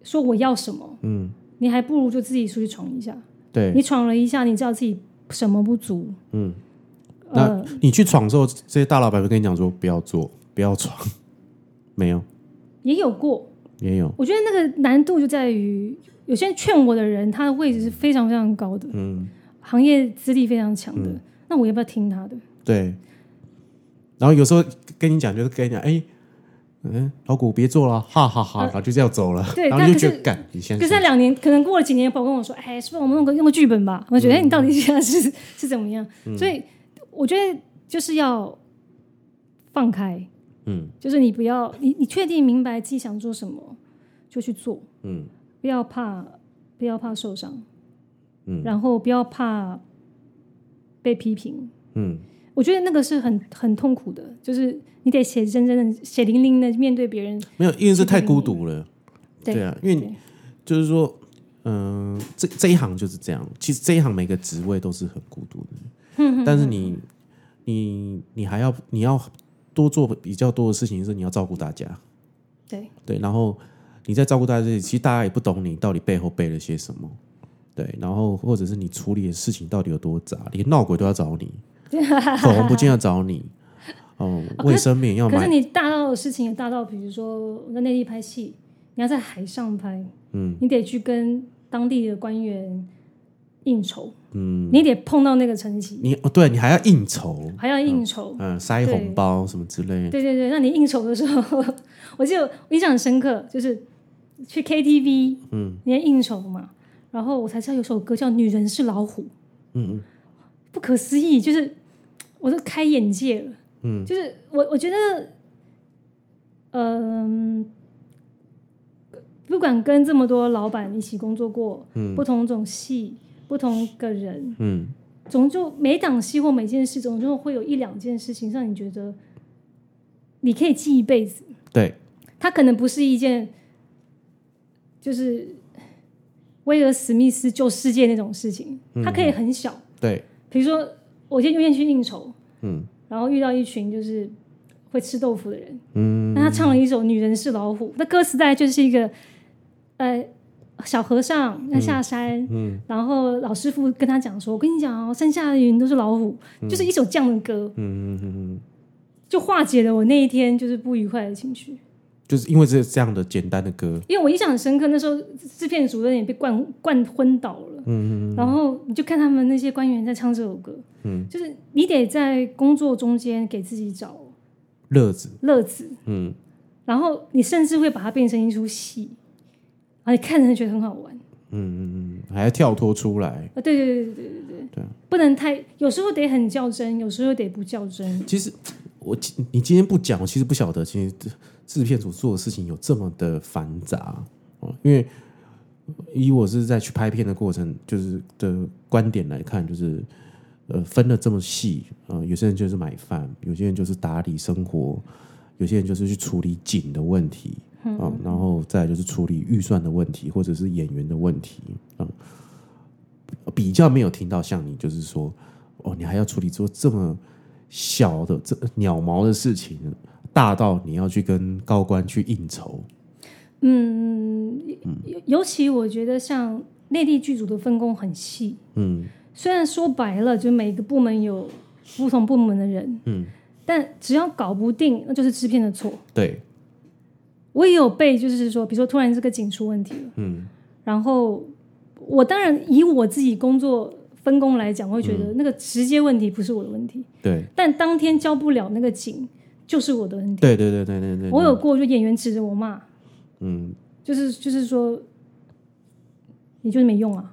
说我要什么，
嗯，
你还不如就自己出去闯一下。
对，
你闯了一下，你知道自己什么不足。
嗯，那
呃，
你去闯之后，这些大老板会跟你讲说不要做，不要闯， 没有，
也有过，
也有，
我觉得那个难度就在于，有些劝我的人，他的位置是非常非常高的，
嗯，
行业资历非常强的，那我要不要听他的？
对。然后有时候跟你讲，就是跟你讲，哎，嗯，老古别做了，哈哈哈，然后就这样走了，
呃对
然后你就
但
觉
可
得
是
干，你现
可
在
是他两年，可能过了几年，朋友跟我说：“哎，是不是我们弄个用个剧本吧？”我觉得，哎、你到底
嗯
现在是是怎么样？所以我觉得就是要放开，
嗯
就是你不要，你你确定明白自己想做什么就去做，
嗯
不要怕，不要怕受伤，
嗯
然后不要怕被批评。
嗯，
我觉得那个是很很痛苦的，就是你得血真真的、血淋淋的面对别人。
没有，因为这太孤独了，
对
对啊，因为
对
你就是说，嗯、这这一行就是这样。其实这一行每个职位都是很孤独
嗯
的，但是你你你还要你要多做比较多的事情，是你要照顾大家，
对，
对，然后你在照顾大家这里，其实大家也不懂你到底背后背了些什么。对，然后或者是你处理的事情到底有多杂，连闹鬼都要找你，口红不见要找你，哦，卫生棉要
可是
买，
你大到的事情也大到，比如说我在内地拍戏，你要在海上拍，
嗯，
你得去跟当地的官员应酬，
嗯，
你得碰到那个层级，
你哦，对你还要应酬，
还要应酬。
嗯，塞
对
红包什么之类的，
对对对，那你应酬的时候， 我记得我印象很深刻，就是去 KTV，嗯，你要应酬嘛，然后我才知道有首歌叫《女人是老虎》，
嗯嗯
不可思议，就是我都开眼界了。
嗯，
就是我我觉得，嗯、不管跟这么多老板一起工作过，
嗯
不同种戏、不同个人，
嗯。
总就每档戏或每件事，总就会有一两件事情让你觉得你可以记一辈子。
对，
它可能不是一件，就是威尔史密斯救世界那种事情，
嗯
它可以很小，
对，
比如说我今天愿意去应酬，
嗯
然后遇到一群就是会吃豆腐的人，
嗯
那他唱了一首《女人是老虎》，那歌词大概就是一个呃小和尚要下山，
嗯
然后老师傅跟他讲说：“我跟你讲哦，山下的云都是老虎。就是一首这样的歌，
嗯嗯嗯，嗯，
就化解了我那一天就是不愉快的情绪。
就是因为这这样的简单的歌，
因为我印象很深刻，那时候制片主任也被灌灌昏倒了，嗯然后你就看他们那些官员在唱这首歌，
嗯，
就是你得在工作中间给自己找
乐子，
乐子，
嗯
然后你甚至会把它变成一出戏，啊，你看着觉得很好玩
嗯嗯嗯，还要跳脱出来。
啊，对对对对对对对，
对
不能太，有时候得很较真，有时候得不较真，
其实我今你今天不讲，我其实不晓得，其实制片组做的事情有这么的繁杂哦，因为以我是在去拍片的过程，就是的观点来看，就是呃分的这么细，呃，有些人就是买饭，有些人就是打理生活，有些人就是去处理景的问题。啊、然后再来就是处理预算的问题，或者是演员的问题，啊、比较没有听到像你就是说，哦，你还要处理做这么小的这呃鸟毛的事情，大到你要去跟高官去应酬。
嗯，尤尤其我觉得像内地剧组的分工很细，
嗯
虽然说白了，就每个部门有不同部门的人，
嗯，
但只要搞不定，那就是制片的错。
对，
我也有被，就是说，比如说突然这个景出问题了。
嗯
然后我当然以我自己工作分工来讲，会觉得那个直接问题不是我的问题，
对，
但当天交不了那个景就是我的问题。
对对对对对对，
我有过就演员指着我骂，
嗯
就是就是说你就是没用啊。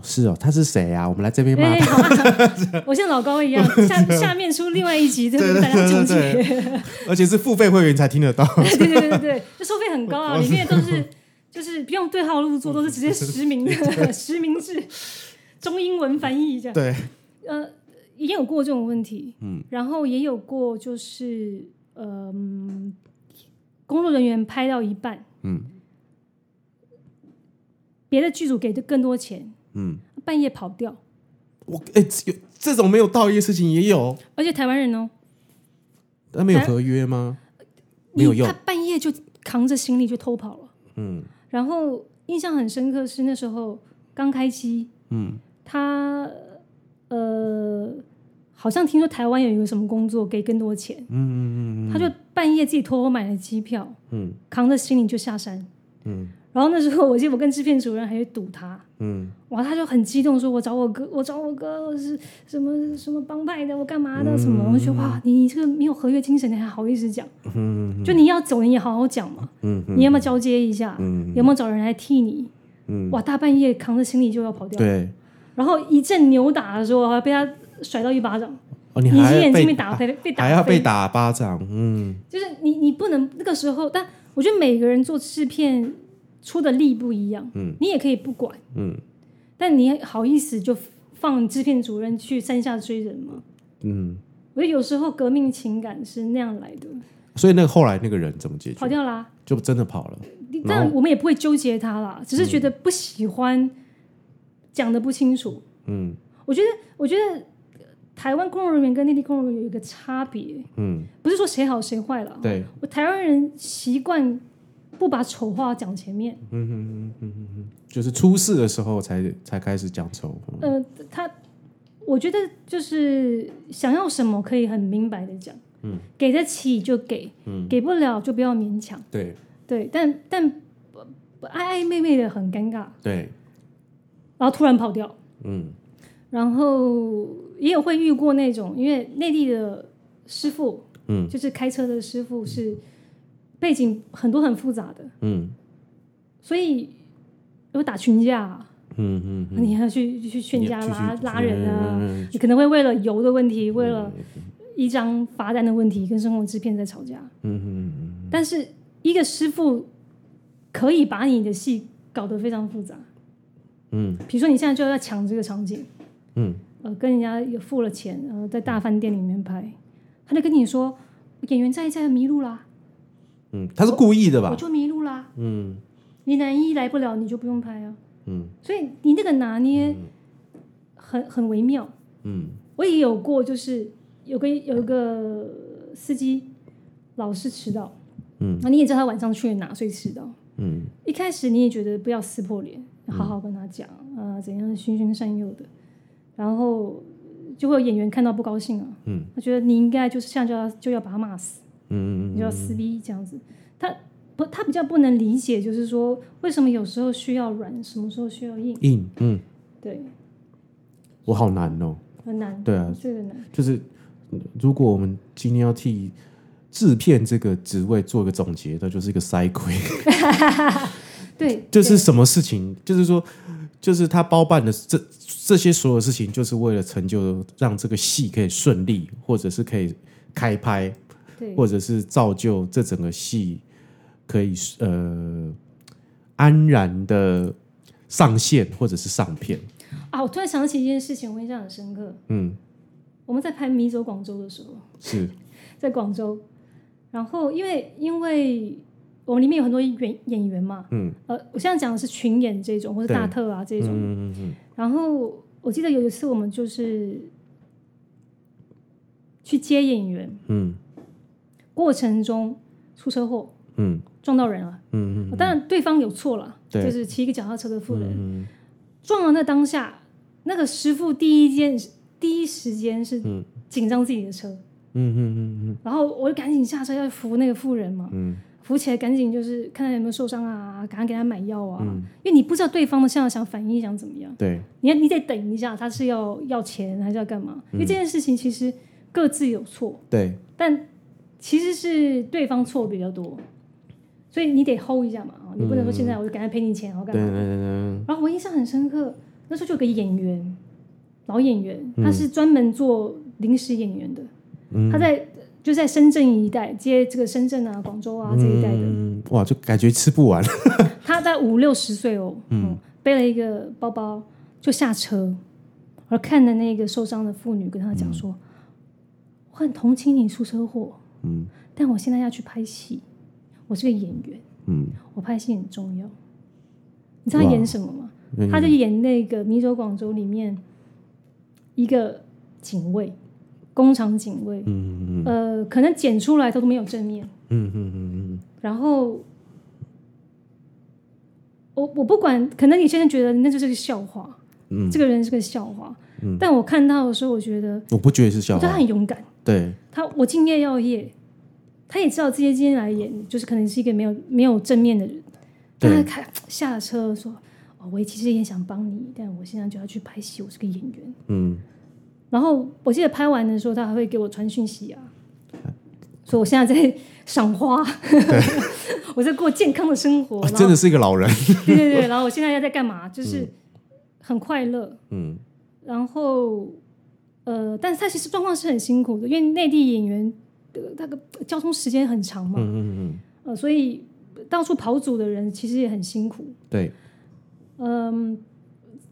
是哦，他是谁啊？我们来这边骂
哎，
他。
好啊，我像老高 一样，下下面出另外一集，对不大家纠结。
而且是付费会员才听得到。
对对对对对，这收费很高啊，里面都是就是不用对号入座，都是直接实名的实名制，中英文翻译这样。
对，
呃，也有过这种问题，嗯，然后也有过就是，嗯、工作人员拍到一半，
嗯
别的剧组给的更多钱，
嗯，
半夜跑掉，
我哎、这有这种没有道义的事情也有，
而且台湾人哦，
那没有
哎
合约吗？没
你
有用
他，半夜就扛着行李就偷跑了。
嗯
然后印象很深刻是那时候刚开机，
嗯
他呃好像听说台湾有一个什么工作给更多钱，
嗯嗯嗯
他就半夜自己偷偷买了机票，
嗯
扛着行李就下山。
嗯
然后那时候 我记得我跟制片主任还去堵他，
嗯
哇，他就很激动说：“我找我哥，我找我哥，我是什么什么帮派的，我干嘛的什么？”我就觉得哇，你你这个没有合约精神，你还好意思讲？
嗯
就你要走，你也好好讲嘛，
嗯嗯
你要不要交接一下？
嗯
有没有找人来替你？
嗯，
哇，大半夜扛着行李就要跑掉，
对，
然后一阵扭打的时候，还被他甩到一巴掌，
哦，
你
你还
眼睛被
被
打飞，被打
还要被
飞，
打巴掌，嗯
就是你你不能那个时候，但我觉得每个人做制片出的力不一样，
嗯，
你也可以不管，
嗯
但你好意思就放制片主任去山下追人吗？
嗯，
我觉得有时候革命情感是那样来的，
所以那个后来那个人怎么解
跑
决？
掉啦、
就真的跑了，
你
然后
但我们也不会纠结他啦，只是觉得不喜欢讲的不清楚。
嗯
我觉得，我觉得台湾工作人员跟内地工作人员有一个差别，
嗯，
不是说谁好谁坏了。
对，
我台湾人习惯不把丑话讲前面，
就是出事的时候才才开始讲仇，
呃，他我觉得就是想要什么可以很明白的讲，嗯，给得起就给，嗯，给不了就不要勉强，
对
对，但但不不暧暧昧昧的很尴尬，
对，
然后突然跑掉。
嗯
然后也有会遇过那种，因为内地的师傅，
嗯
就是开车的师傅是背景很多很复杂的，
嗯
所以有打群架啊，
嗯嗯，
你还要去去劝架
去
拉
去
拉人啊，
嗯
你可能会为了油的问题，为了一张罚单的问题，跟生活制片在吵架。
嗯嗯
但是一个师傅可以把你的戏搞得非常复杂，
嗯
比如说你现在就要抢这个场景。
嗯
呃，跟人家有付了钱，然、后在大饭店里面拍，他就跟你说演员在一在迷路啦，
嗯，他是故意的
我
吧？
就迷路啦，
嗯
你男一来不了，你就不用拍啊。
嗯
所以你那个拿捏很很微妙。
嗯
我也有过，就是有个有一个司机老是迟到，
嗯
那你也知道他晚上去了哪，所以迟到。
嗯
一开始你也觉得不要撕破脸，好好跟他讲，
嗯
呃，怎样循循善诱的，然后就会有演员看到不高兴啊，
嗯，
他觉得你应该就是像就要就要把他骂死，
嗯
你就要撕逼这样子，他不他比较不能理解，就是说为什么有时候需要软，什么时候需要硬，
硬嗯，
对，
我好难哦。
很难，
对啊，
这个难，
就是嗯如果我们今天要替制片这个职位做一个总结，那就是一个塞亏，
对，
就是什么事情，就是说，就是他包办的这这些所有事情，就是为了成就让这个戏可以顺利，或者是可以开拍，
对对
或者是造就这整个戏可以呃安然的上线或者是上片。
啊，我突然想起一件事情，我印象很深刻，
嗯，
我们在拍《迷走广州》的时候。
是，
在广州。然后因为因为我们里面有很多演演员嘛，
嗯，
呃，我现在讲的是群演这种，或是
对
大特啊这
嗯
种。
嗯嗯
然后我记得有一次我们就是去接演员，
嗯
过程中出车祸
嗯
撞到人了，
嗯嗯，
当然对方有错了，
对
就是骑一个脚踏车的妇人、
嗯
撞了那当下，那个师傅第一件第一时间是
嗯
紧张自己的车，
嗯嗯嗯
然后我就赶紧下车要扶那个妇人嘛，
嗯
扶起来，赶紧就是看他有没有受伤啊，赶快给他买药啊，
嗯
因为你不知道对方的现在想反应想怎么样，
对，
你你得等一下，他是要要钱还是要干嘛？
嗯
因为这件事情其实各自有错，
对，
但其实是对方错比较多，所以你得 hold 一下嘛啊，你不能说现在我就赶快赔你钱，我哦干
对
嘛？
对对对，
然后我印象很深刻，那时候就有个演员，老演员，他是专门做临时演员的，
嗯
他在就在深圳一带接这个深圳啊、广州啊这一带的。
嗯，哇，就感觉吃不完。
他在五六十岁哦，嗯，背了一个包包就下车，而看着那个受伤的妇女，跟他讲说：“我很同情你出车祸，
嗯
但我现在要去拍戏，我是个演员，
嗯，
我拍戏很重要。你知道他演什么吗？
嗯
他在演那个《迷走广州》里面一个警卫，工厂警卫，
嗯嗯
呃，可能剪出来都没有正面。
嗯嗯嗯
然后我我不管，可能你现在觉得那就是个笑话，
嗯
这个人是个笑话，
嗯
但我看到的时候，我觉得
我不觉得是
我
笑
觉得他
话，
很勇敢。
对，
他我敬业要业，他也知道自己今天来演，就是可能是一个没有没有正面的人，但他
对
开下了车说：“哦，我其实也想帮你，但我现在就要去拍戏，我是个演员。
嗯，”
然后我记得拍完的时候，他还会给我传讯息啊，所以我现在在赏 花，我在过健康的生活，
啊
然后
真的是一个嗯老 人，
对对对，然后我现在要在 干嘛？就是很快乐，
嗯
然后呃，但是他其实状况是很辛苦的，因为内地演员的那个呃交通时间很长嘛，
嗯嗯
呃，所以到处跑组的人其实也很辛苦
嗯。，对，
嗯、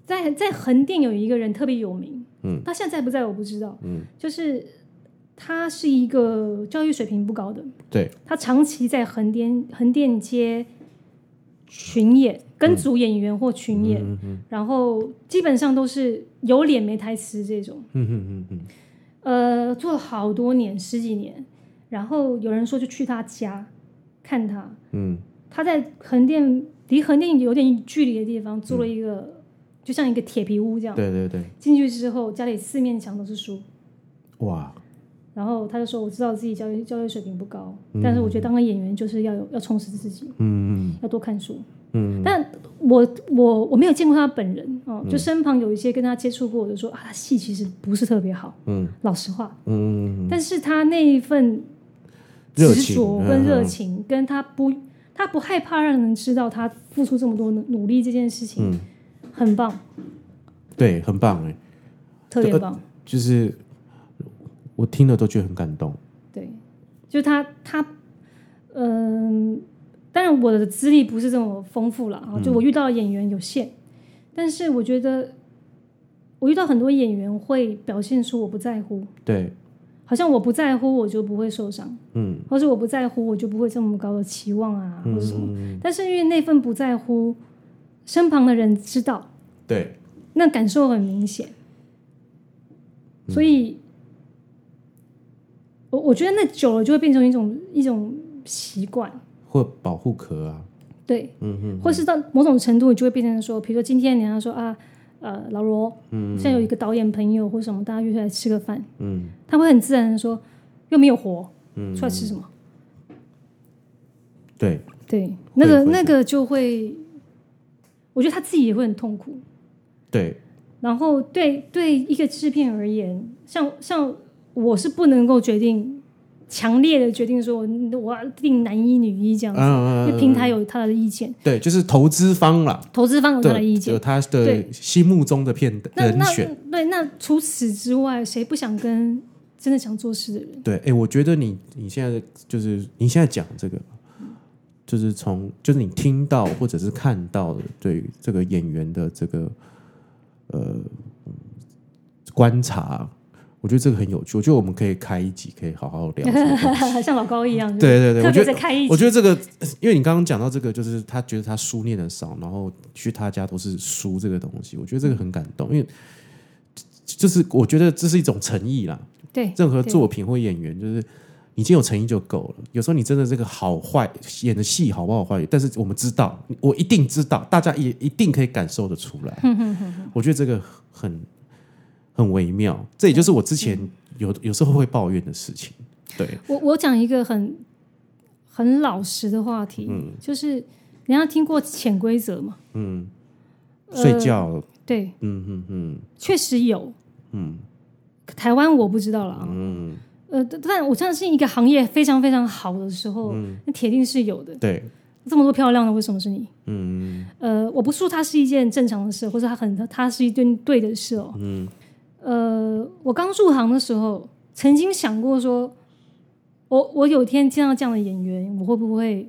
在在横店有一个人特别有名，
嗯，
他现在在不在我不知道，
嗯，
就是他是一个教育水平不高的，
对，
他长期在横店横店街群演，跟组演员或群演，
嗯嗯
然后基本上都是有脸没台词这种。
嗯嗯嗯
呃，做了好多年，十几年。然后有人说就去他家看他，
嗯
他在横店离横店有点距离的地方租了一个，就像一个铁皮屋
嗯，
这样。
对对对，
进去之后，家里四面墙都是书。
哇，
然后他就说：“我知道自己教育教育水平不高，但是我觉得当个演员就是要有要充实自己，
嗯
要多看书。
嗯嗯
但我我我没有见过他本人哦，就身旁有一些跟他接触过，我就说啊，他戏其实不是特别好，
嗯
老实话。
嗯，
但是他那一份
热
执着
情
跟
嗯
热
嗯
情，跟他不他不害怕让人知道他付出这么多努努力这件事情，
嗯
很棒，
对，很棒哎，
特别棒。
就是我听了都觉得很感动，
对，就他他嗯、当然我的资历不是这么丰富了啊，就
嗯
我遇到的演员有限，但是我觉得我遇到很多演员会表现出我不在乎，
对，
好像我不在乎我就不会受伤，
嗯
或是我不在乎我就不会这么高的期望啊，或者什么。
嗯，
但是因为那份不在乎，身旁的人知道，
对，
那感受很明显，所以，我我觉得那久了就会变成一种一种习惯，
或保护壳啊，
对，
嗯嗯
或是到某种程度，你就会变成说，比如说今天人家说啊，呃，老罗，
嗯
现在有一个导演朋友或什么，大家约出来吃个饭，
嗯
他会很自然的说，又没有活，
嗯，
出来吃什么？
对，
对，那个
会
那个就会，我觉得他自己也会很痛苦，
对，
然后对对一个制片而言，像像我是不能够决定强烈的决定说我我要定男一女一这样
嗯
子，
嗯
因为平台有他的意见，
呃对，就是投资方啦，
投资方有他的
对，
意见
有。他的
对
心目中的片
那
人
那
选。
对，那除此之外，谁不想跟真的想做事 的人？
对，哎，我觉得你你现在就是你现在讲这个，就是从就是你听到或者是看到的对于这个演员的这个呃观察，我觉得这个很有趣。我觉得我们可以开一集，可以好好聊这 个东西。
像老高一样，就是
对对对，我
特
觉
别
得
在开一集，
我觉得这个，因为你刚刚讲到这个，就是他觉得他书念的少，然后去他家都是书这个东西，我觉得这个很感动，因为就是我觉得这是一种诚意啦。
对
任何
嗯对
作品或演员，就是已经有诚意就够了。有时候你真的这个好坏演的戏好不好坏，但是我们知道，我一定知道，大家也一定可以感受得出来。 我觉得这个很很微妙，这也就是我之前有有时候会抱怨的事情。对，
我我讲一个很很老实的话题，就是人家听过潜规则嘛？
嗯，
呃
睡觉，
对，
嗯嗯嗯
确实有，
嗯
台湾我不知道了啊。
嗯，
呃，但但我相信一个行业非常非常好的时候，
嗯
那铁定是有的。
对，
这么多漂亮的，为什么是你？
嗯
呃，我不说它是一件正常的事，或者它很它是一件对的事哦。
嗯
呃，我刚入行的时候，曾经想过说，我我有一天见到这样的演员，我会不会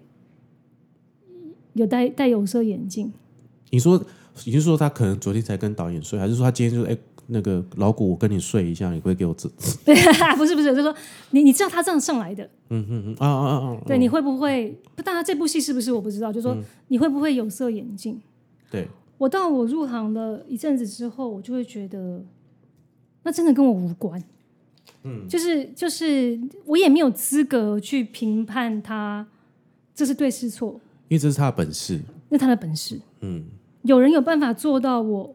有戴戴有色眼镜？
你说，你是说他可能昨天才跟导演睡，还是说他今天就是哎那个老谷，我跟你睡一下，你会给我这？
不是不是，我就说你你知道他这样上来的，
嗯嗯嗯啊啊啊！啊
对，你会不会？不，当然这部戏是不是我不知道，就说你会不会有色眼镜？
对，
我到我入行了一阵子之后，我就会觉得那真的跟我无关。嗯，就是就是，我也没有资格去评判他这是对是错，
因为这是他的本事。
那他的本事。
嗯
有人有办法做到我，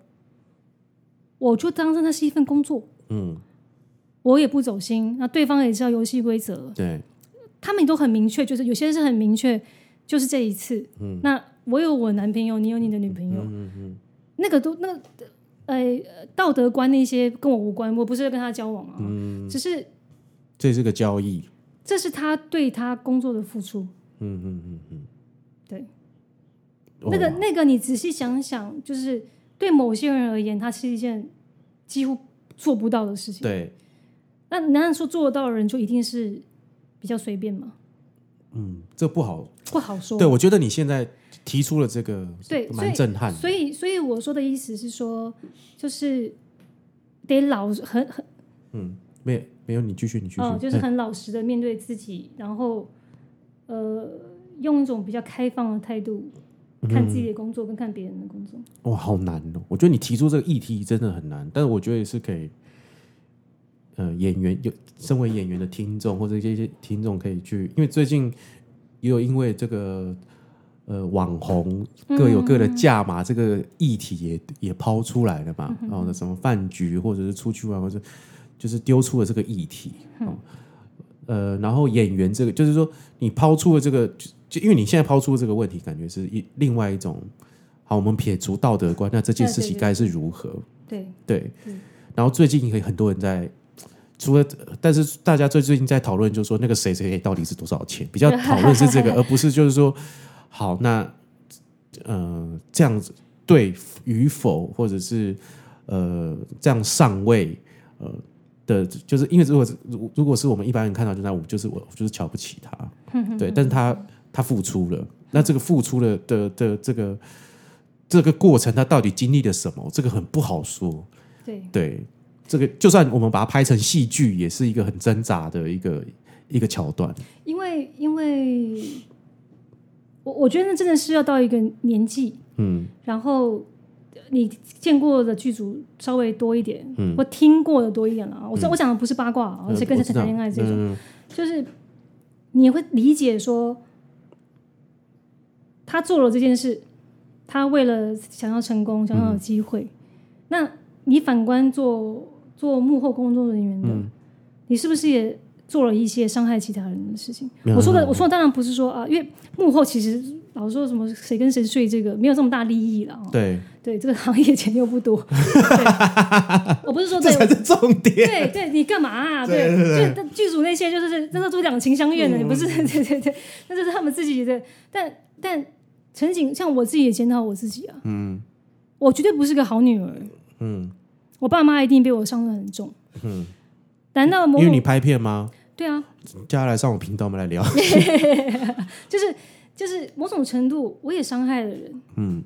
我就当成那是一份工作，
嗯，
我也不走心。那对方也知道游戏规则，
对，
他们都很明确，就是有些是很明确，就是这一次。嗯，那我有我男朋友，你有你的女朋友，嗯嗯，那个都那个呃道德观那些跟我无关，我不是跟他交往啊，只是
这是个交易。
这是他对他工作的付出。
嗯嗯嗯嗯，
对，
哦
那个那个，你仔细想想，就是对某些人而言，它是一件几乎做不到的事情。
对，
那难道说做得到的人就一定是比较随便吗？
嗯，这不好。
不好说。
对，我觉得你现在提出了这个，
对所以
蛮震撼的。
所以，所以我说的意思是说，就是得老很很
嗯，没有没有，你继续，你继续。
哦，就是
哎
很老实的面对自己，然后呃，用一种比较开放的态度看自己的工作跟看别人的工作。
哇，好难哦！我觉得你提出这个议题真的很难，但是我觉得也是可以，呃，演员有身为演员的听众或者一些听众可以去，因为最近也有因为这个呃网红各有各的价码，这个议题也也抛出来了嘛，然后呢，什么饭局或者是出去玩，或者就是丢出了这个议题，哦呃，然后演员这个就是说你抛出了这个，就就因为你现在抛出这个问题，感觉是一另外一种。好，我们撇除道德观，那这件事情该是如何？
对，
对
嗯，
然后最近也很多人在，除了但是大家最最近在讨论，就是说那个谁谁谁到底是多少钱，比较讨论是这个，而不是就是说，好，那呃这样子对与否，或者是呃这样上位，呃的，就是因为如果是如如果是我们一般人看到，就那我就是我就是瞧不起他，对，但是他他付出了，那这个付出了的的的这个。这个过程他到底经历了什么？这个很不好说。
对，
对，这个就算我们把它拍成戏剧，也是一个很挣扎的一个一个桥段。
因为因为我我觉得那真的是要到一个年纪，
嗯，
然后你见过的剧组稍微多一点，嗯，或听过的多一点了啊。我这、我讲的不是八卦啊，而是跟
嗯我
谁
知
谈
道
恋爱这种，
嗯
就是你会理解说，他做了这件事，他为了想要成功，想要有机会，那你反观做做幕后工作人员的，你是不是也？做了一些伤害其他人的事情。
嗯
我说的，我说的当然不是说啊，因为幕后其实老是说什么谁跟谁睡，这个没有这么大利益了啊。
对，
对，这个行业钱又不多。对我不是说
这
对，
才是重 点。
对对，你干嘛啊？对，嗯就但剧组那些就是真的都两情相悦的，你不是 对对对，那就是他们自己的。但但陈景，像我自己也检讨我自己啊，嗯，我绝对不是个好女儿，
嗯，
我爸妈一定被我伤得很重，嗯，难道某
因为
种
你拍片吗？
对啊，
接下来上我频道，我们来
哦
聊。
就是就是某种程度我也伤害了人，嗯，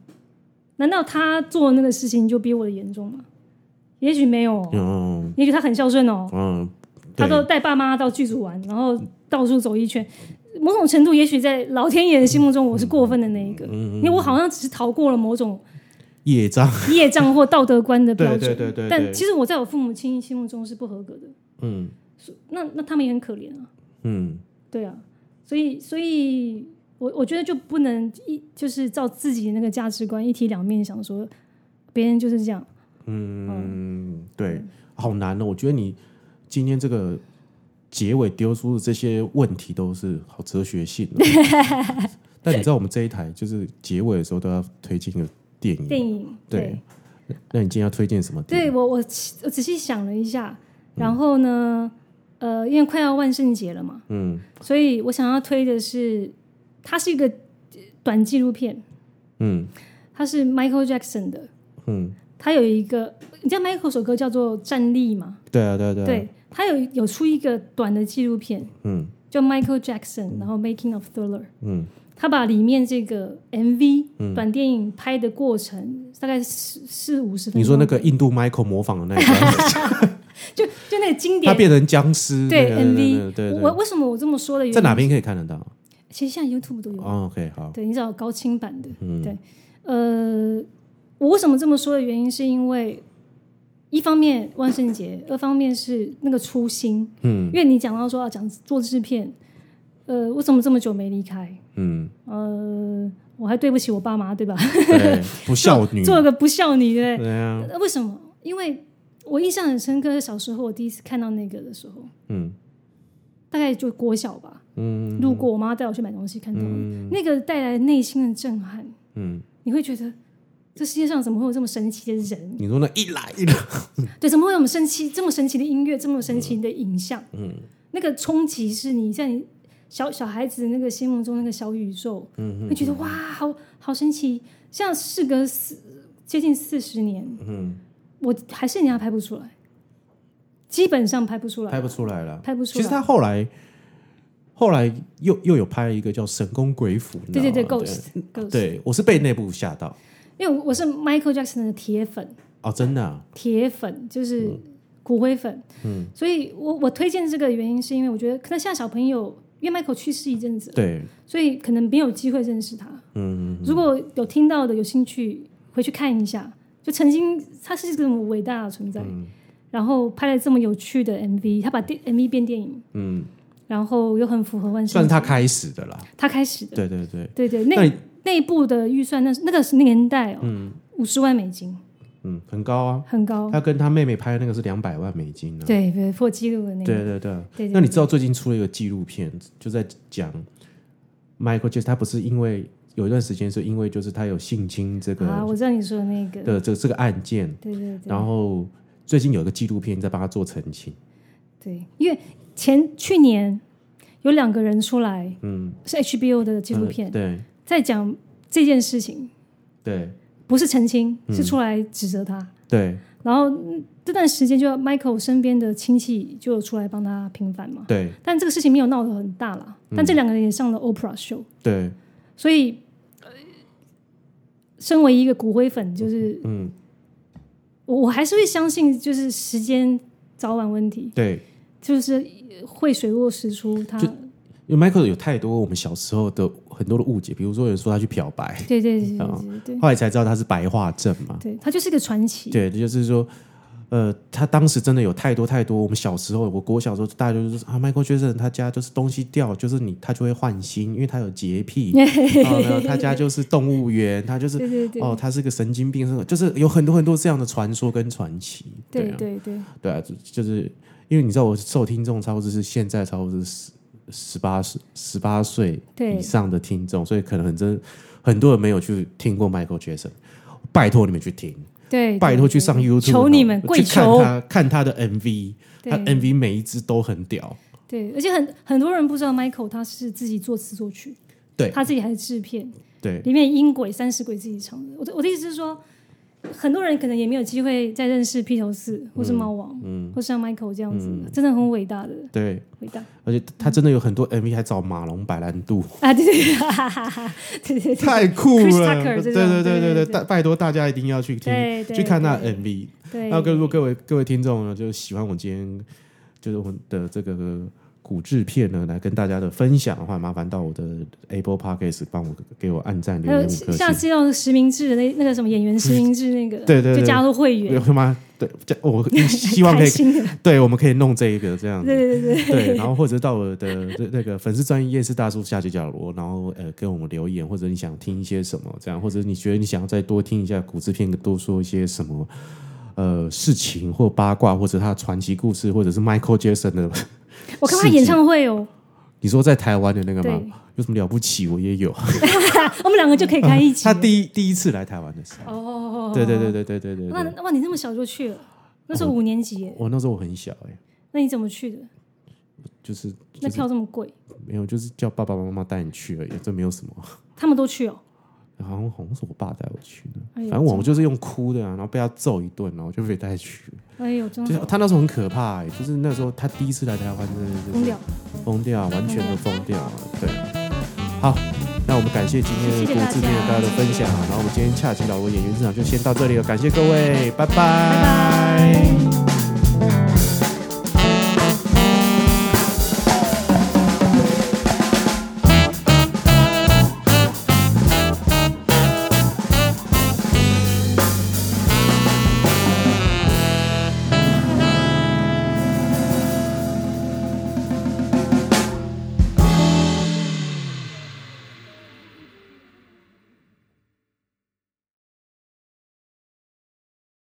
难道他做那个事情就比我的严重吗？也许没有哦，
嗯
也许他很孝顺哦，
嗯，
他
对
都带爸妈到剧组玩，然后到处走一圈。某种程度，也许在老天爷的心目中，我是过分的那一
嗯
个，因为我好像只是逃过了某种
业障。
业障或道 德观的标准。
对对对对对
但其实我在我父母亲心目中是不合格的，
嗯
那那他们也很可怜啊，
嗯，
对啊。所以，所以我我觉得就不能一就是照自己那个价值观一体两面想说，别人就是这样。
嗯，对，好难哦。我觉得你今天这个结尾丢出的这些问题都是好哲学性、 哦。但你知道我们这一台就是结尾的时候都要推荐一个电影，
电影
嗯对那你今天要推荐什么电
对
影？
我我我仔细想了一下，
嗯
然后呢，呃，因为快要万圣节了嘛，
嗯
所以我想要推的是，它是一个呃短纪录片，
嗯
它是 Michael Jackson 的，
嗯，
它有一个，你知道 Michael 首歌叫做《站立》嘛？
对啊对啊对啊，
对，它有有出一个短的纪录片，
嗯
叫 Michael Jackson，然后 Making of Thriller，
嗯
他把里面这个 MV、短电影拍的过程，大概四四五十分钟。
你说那个印度 Michael 模仿的那 个，
就就那个经
他
典
变成僵尸，
对
那个
MV，
对对对，
我为什么我这么说的原因？
在哪？边可以看得到？
其实现在 YouTube 都有，
哦，OK，好，
对你找高清版的。
嗯，
对呃，我为什么这么说的原因，是因为一方面万圣节，二方面是那个初心。
嗯
因为你讲到说啊，讲做制片，呃，我怎么这么久没离开？
嗯，
呃，我还对不起我爸妈，对吧？
对，不孝女，
做了个不孝女，对不
对啊，
对？呃为什么？因为我印象很深刻，小时候我第一次看到那个的时候，
嗯
大概就国小吧，
嗯
路过我妈带我去买东西，看到了
嗯
那个带来内心的震撼，
嗯，
你会觉得这世界上怎么会有这么神奇的人？
你说那一来一来，
对，怎么会有这么神奇、这么神奇的音乐、这么神奇的影像？嗯，那个冲击是你在你小小孩子那个心目中那个小宇宙，
嗯
会觉得哇，好好神奇！像事隔四接近四十年，
嗯，
我还是人家拍不出来，基本上拍不出来，
拍不出来了，
嗯拍不出
其
来。
实他后来。后来又又有拍一个叫《神功鬼斧》，你知
对
道
对对
吗
，Ghost Ghost，，
对，我是被那部吓到
因为我我是 Michael Jackson 的铁粉，
哦，真的啊、
铁粉
嗯
就是骨灰粉，嗯，所以我我推荐这个原因是因为我觉得可能现在小朋友，因为 Michael 去世一阵子，
对，
所以可能没有机会认识他。
嗯，
如果有听到的有兴趣，回去看一下，就曾经他是这么伟大的存在，
嗯
然后拍了这么有趣的 MV，他把电 MV 变电影，嗯，然后又很符合万
算
圣
是
节，
他开始的啦，
他开始的，
对对对，
对对，
那
那
你
内部的预算那是那个是年代哦，五十万美金，
嗯，很高啊，
很高，
他跟他妹妹拍的那个是两百万美金呢、啊，
对对，破纪录的那个，
对对对，
对对
那你知道最近出了一个纪录片，就在讲 Michael Jackson，他不是因为有一段时间是因为就是他有性侵这个、
啊，我知道你说的那个，
的这这个案件，
对对对
然后最近有一个纪录片在帮他做澄清，
对，因为前去年有两个人出来，
嗯，
是 HBO 的纪录片
嗯，对
在讲这件事情，
对
不是澄清，
嗯
是出来指责他。
对
然后嗯这段时间，就 Michael 身边的亲戚就有出来帮他平反嘛。
对
但这个事情没有闹得很大啦。
嗯
但这两个人也上了 Oprah show，
对，
所以，呃身为一个骨灰粉，就是
嗯
我我还是会相信，就是时间早晚问题，
对，
就是会水落石出。他
就因为 Michael 有太多我们小时候的很多的误解，比如说有人说他去漂白，
对对对
啊
对对
后来才知道他是白化症嘛，
对，他就是个传奇。
对，就是说，呃，他当时真的有太多太多。我们小时候，我国小时候，大家就是说啊，Michael Jackson 他家就是东西掉，就是你他就会换新，因为他有洁 癖，哦然后他家就是动物园，他就是
对对对
哦，他是个神经病，是个就是有很多很多这样的传说跟传奇。
对
啊，
对对，
对啊，就就是因为你知道我受听众差不多是现在差不多是十十八岁十八岁
对
以上的听众，所以可能很真很多人没有去听过 Michael Jackson，拜托你们去听。
对，
拜托去上 YouTube，啊
求你们
去
跪求
看他啊哎看他的 MV，
对
他 MV 每一支都很屌，
对，而且很很多人不知道 Michael 他是自己作词作曲，
对
他自己还是制片，
对
里面音轨、三十轨自己唱的。我的我的意思是说，很多人可能也没有机会再认识披头士或是猫王，嗯，或是像 Michael 这样子，
嗯
真的很伟大的
对，
伟大
而且他真的有很多 MV 还找马龙白兰度，
啊！对对对， 哈哈哈哈，对对 对
太酷
Chris
了，
Tucker
对
这种
对
对对
对
对
大拜托大家一定要去听
对对
去看他
对
的 MV，
对，
然后跟如果各位各位听众呢，就是喜欢我今天就是我们的这个。古制片呢，来跟大家的分享的话，麻烦到我的 Apple Podcast 帮我给我按赞留
还有
言五颗
下
星。
次要实名制的那那个什么演员实名制那个，
对对对
就加入会员，
有吗？对，这我 希望可
开
以，嗯
心的，
对，我们可以弄这一个这样子。
对对对 对
对，然后或者到我的那那个粉丝专业夜市大叔下角角落，然后呃跟我们留言，或者你想听一些什么这样，或者你觉得你想要再多听一下古制片，多说一些什么呃事情或八卦，或者他的传奇故事，或者是 Michael Jackson 的，
我看他演唱会哦，
你说在台湾的那个吗
对？
有什么了不起？我也有，
啊我们两个就可以开一 起
他
了。
第一第一次来台湾的时候，
哦，
对对对对对对对
哇
对，啊
哇，你那么小就去了？那时候五年级耶，
我那时候我很小哎、
那你怎么去的？
就是就
那
是
票这么贵，
没有，就是叫爸爸妈妈带你去而已，这没有什么。
他们都去哦。
好像好像是我爸带我去的，
哎呦
反正我就是用哭的、啊，然后被他揍一顿，然后就被带去了。
哎呦，真
就是
好，
他那时候很可怕、欸，就是那时候他第一次来台湾，真的
疯
是
掉。
疯掉，完全的疯掉。对，好，那我们感谢今天
谢
国
谢大
字面
家
大家的分享，然后我们今天恰吉老罗演员日常就先到这里了，感谢各位，拜拜
拜拜。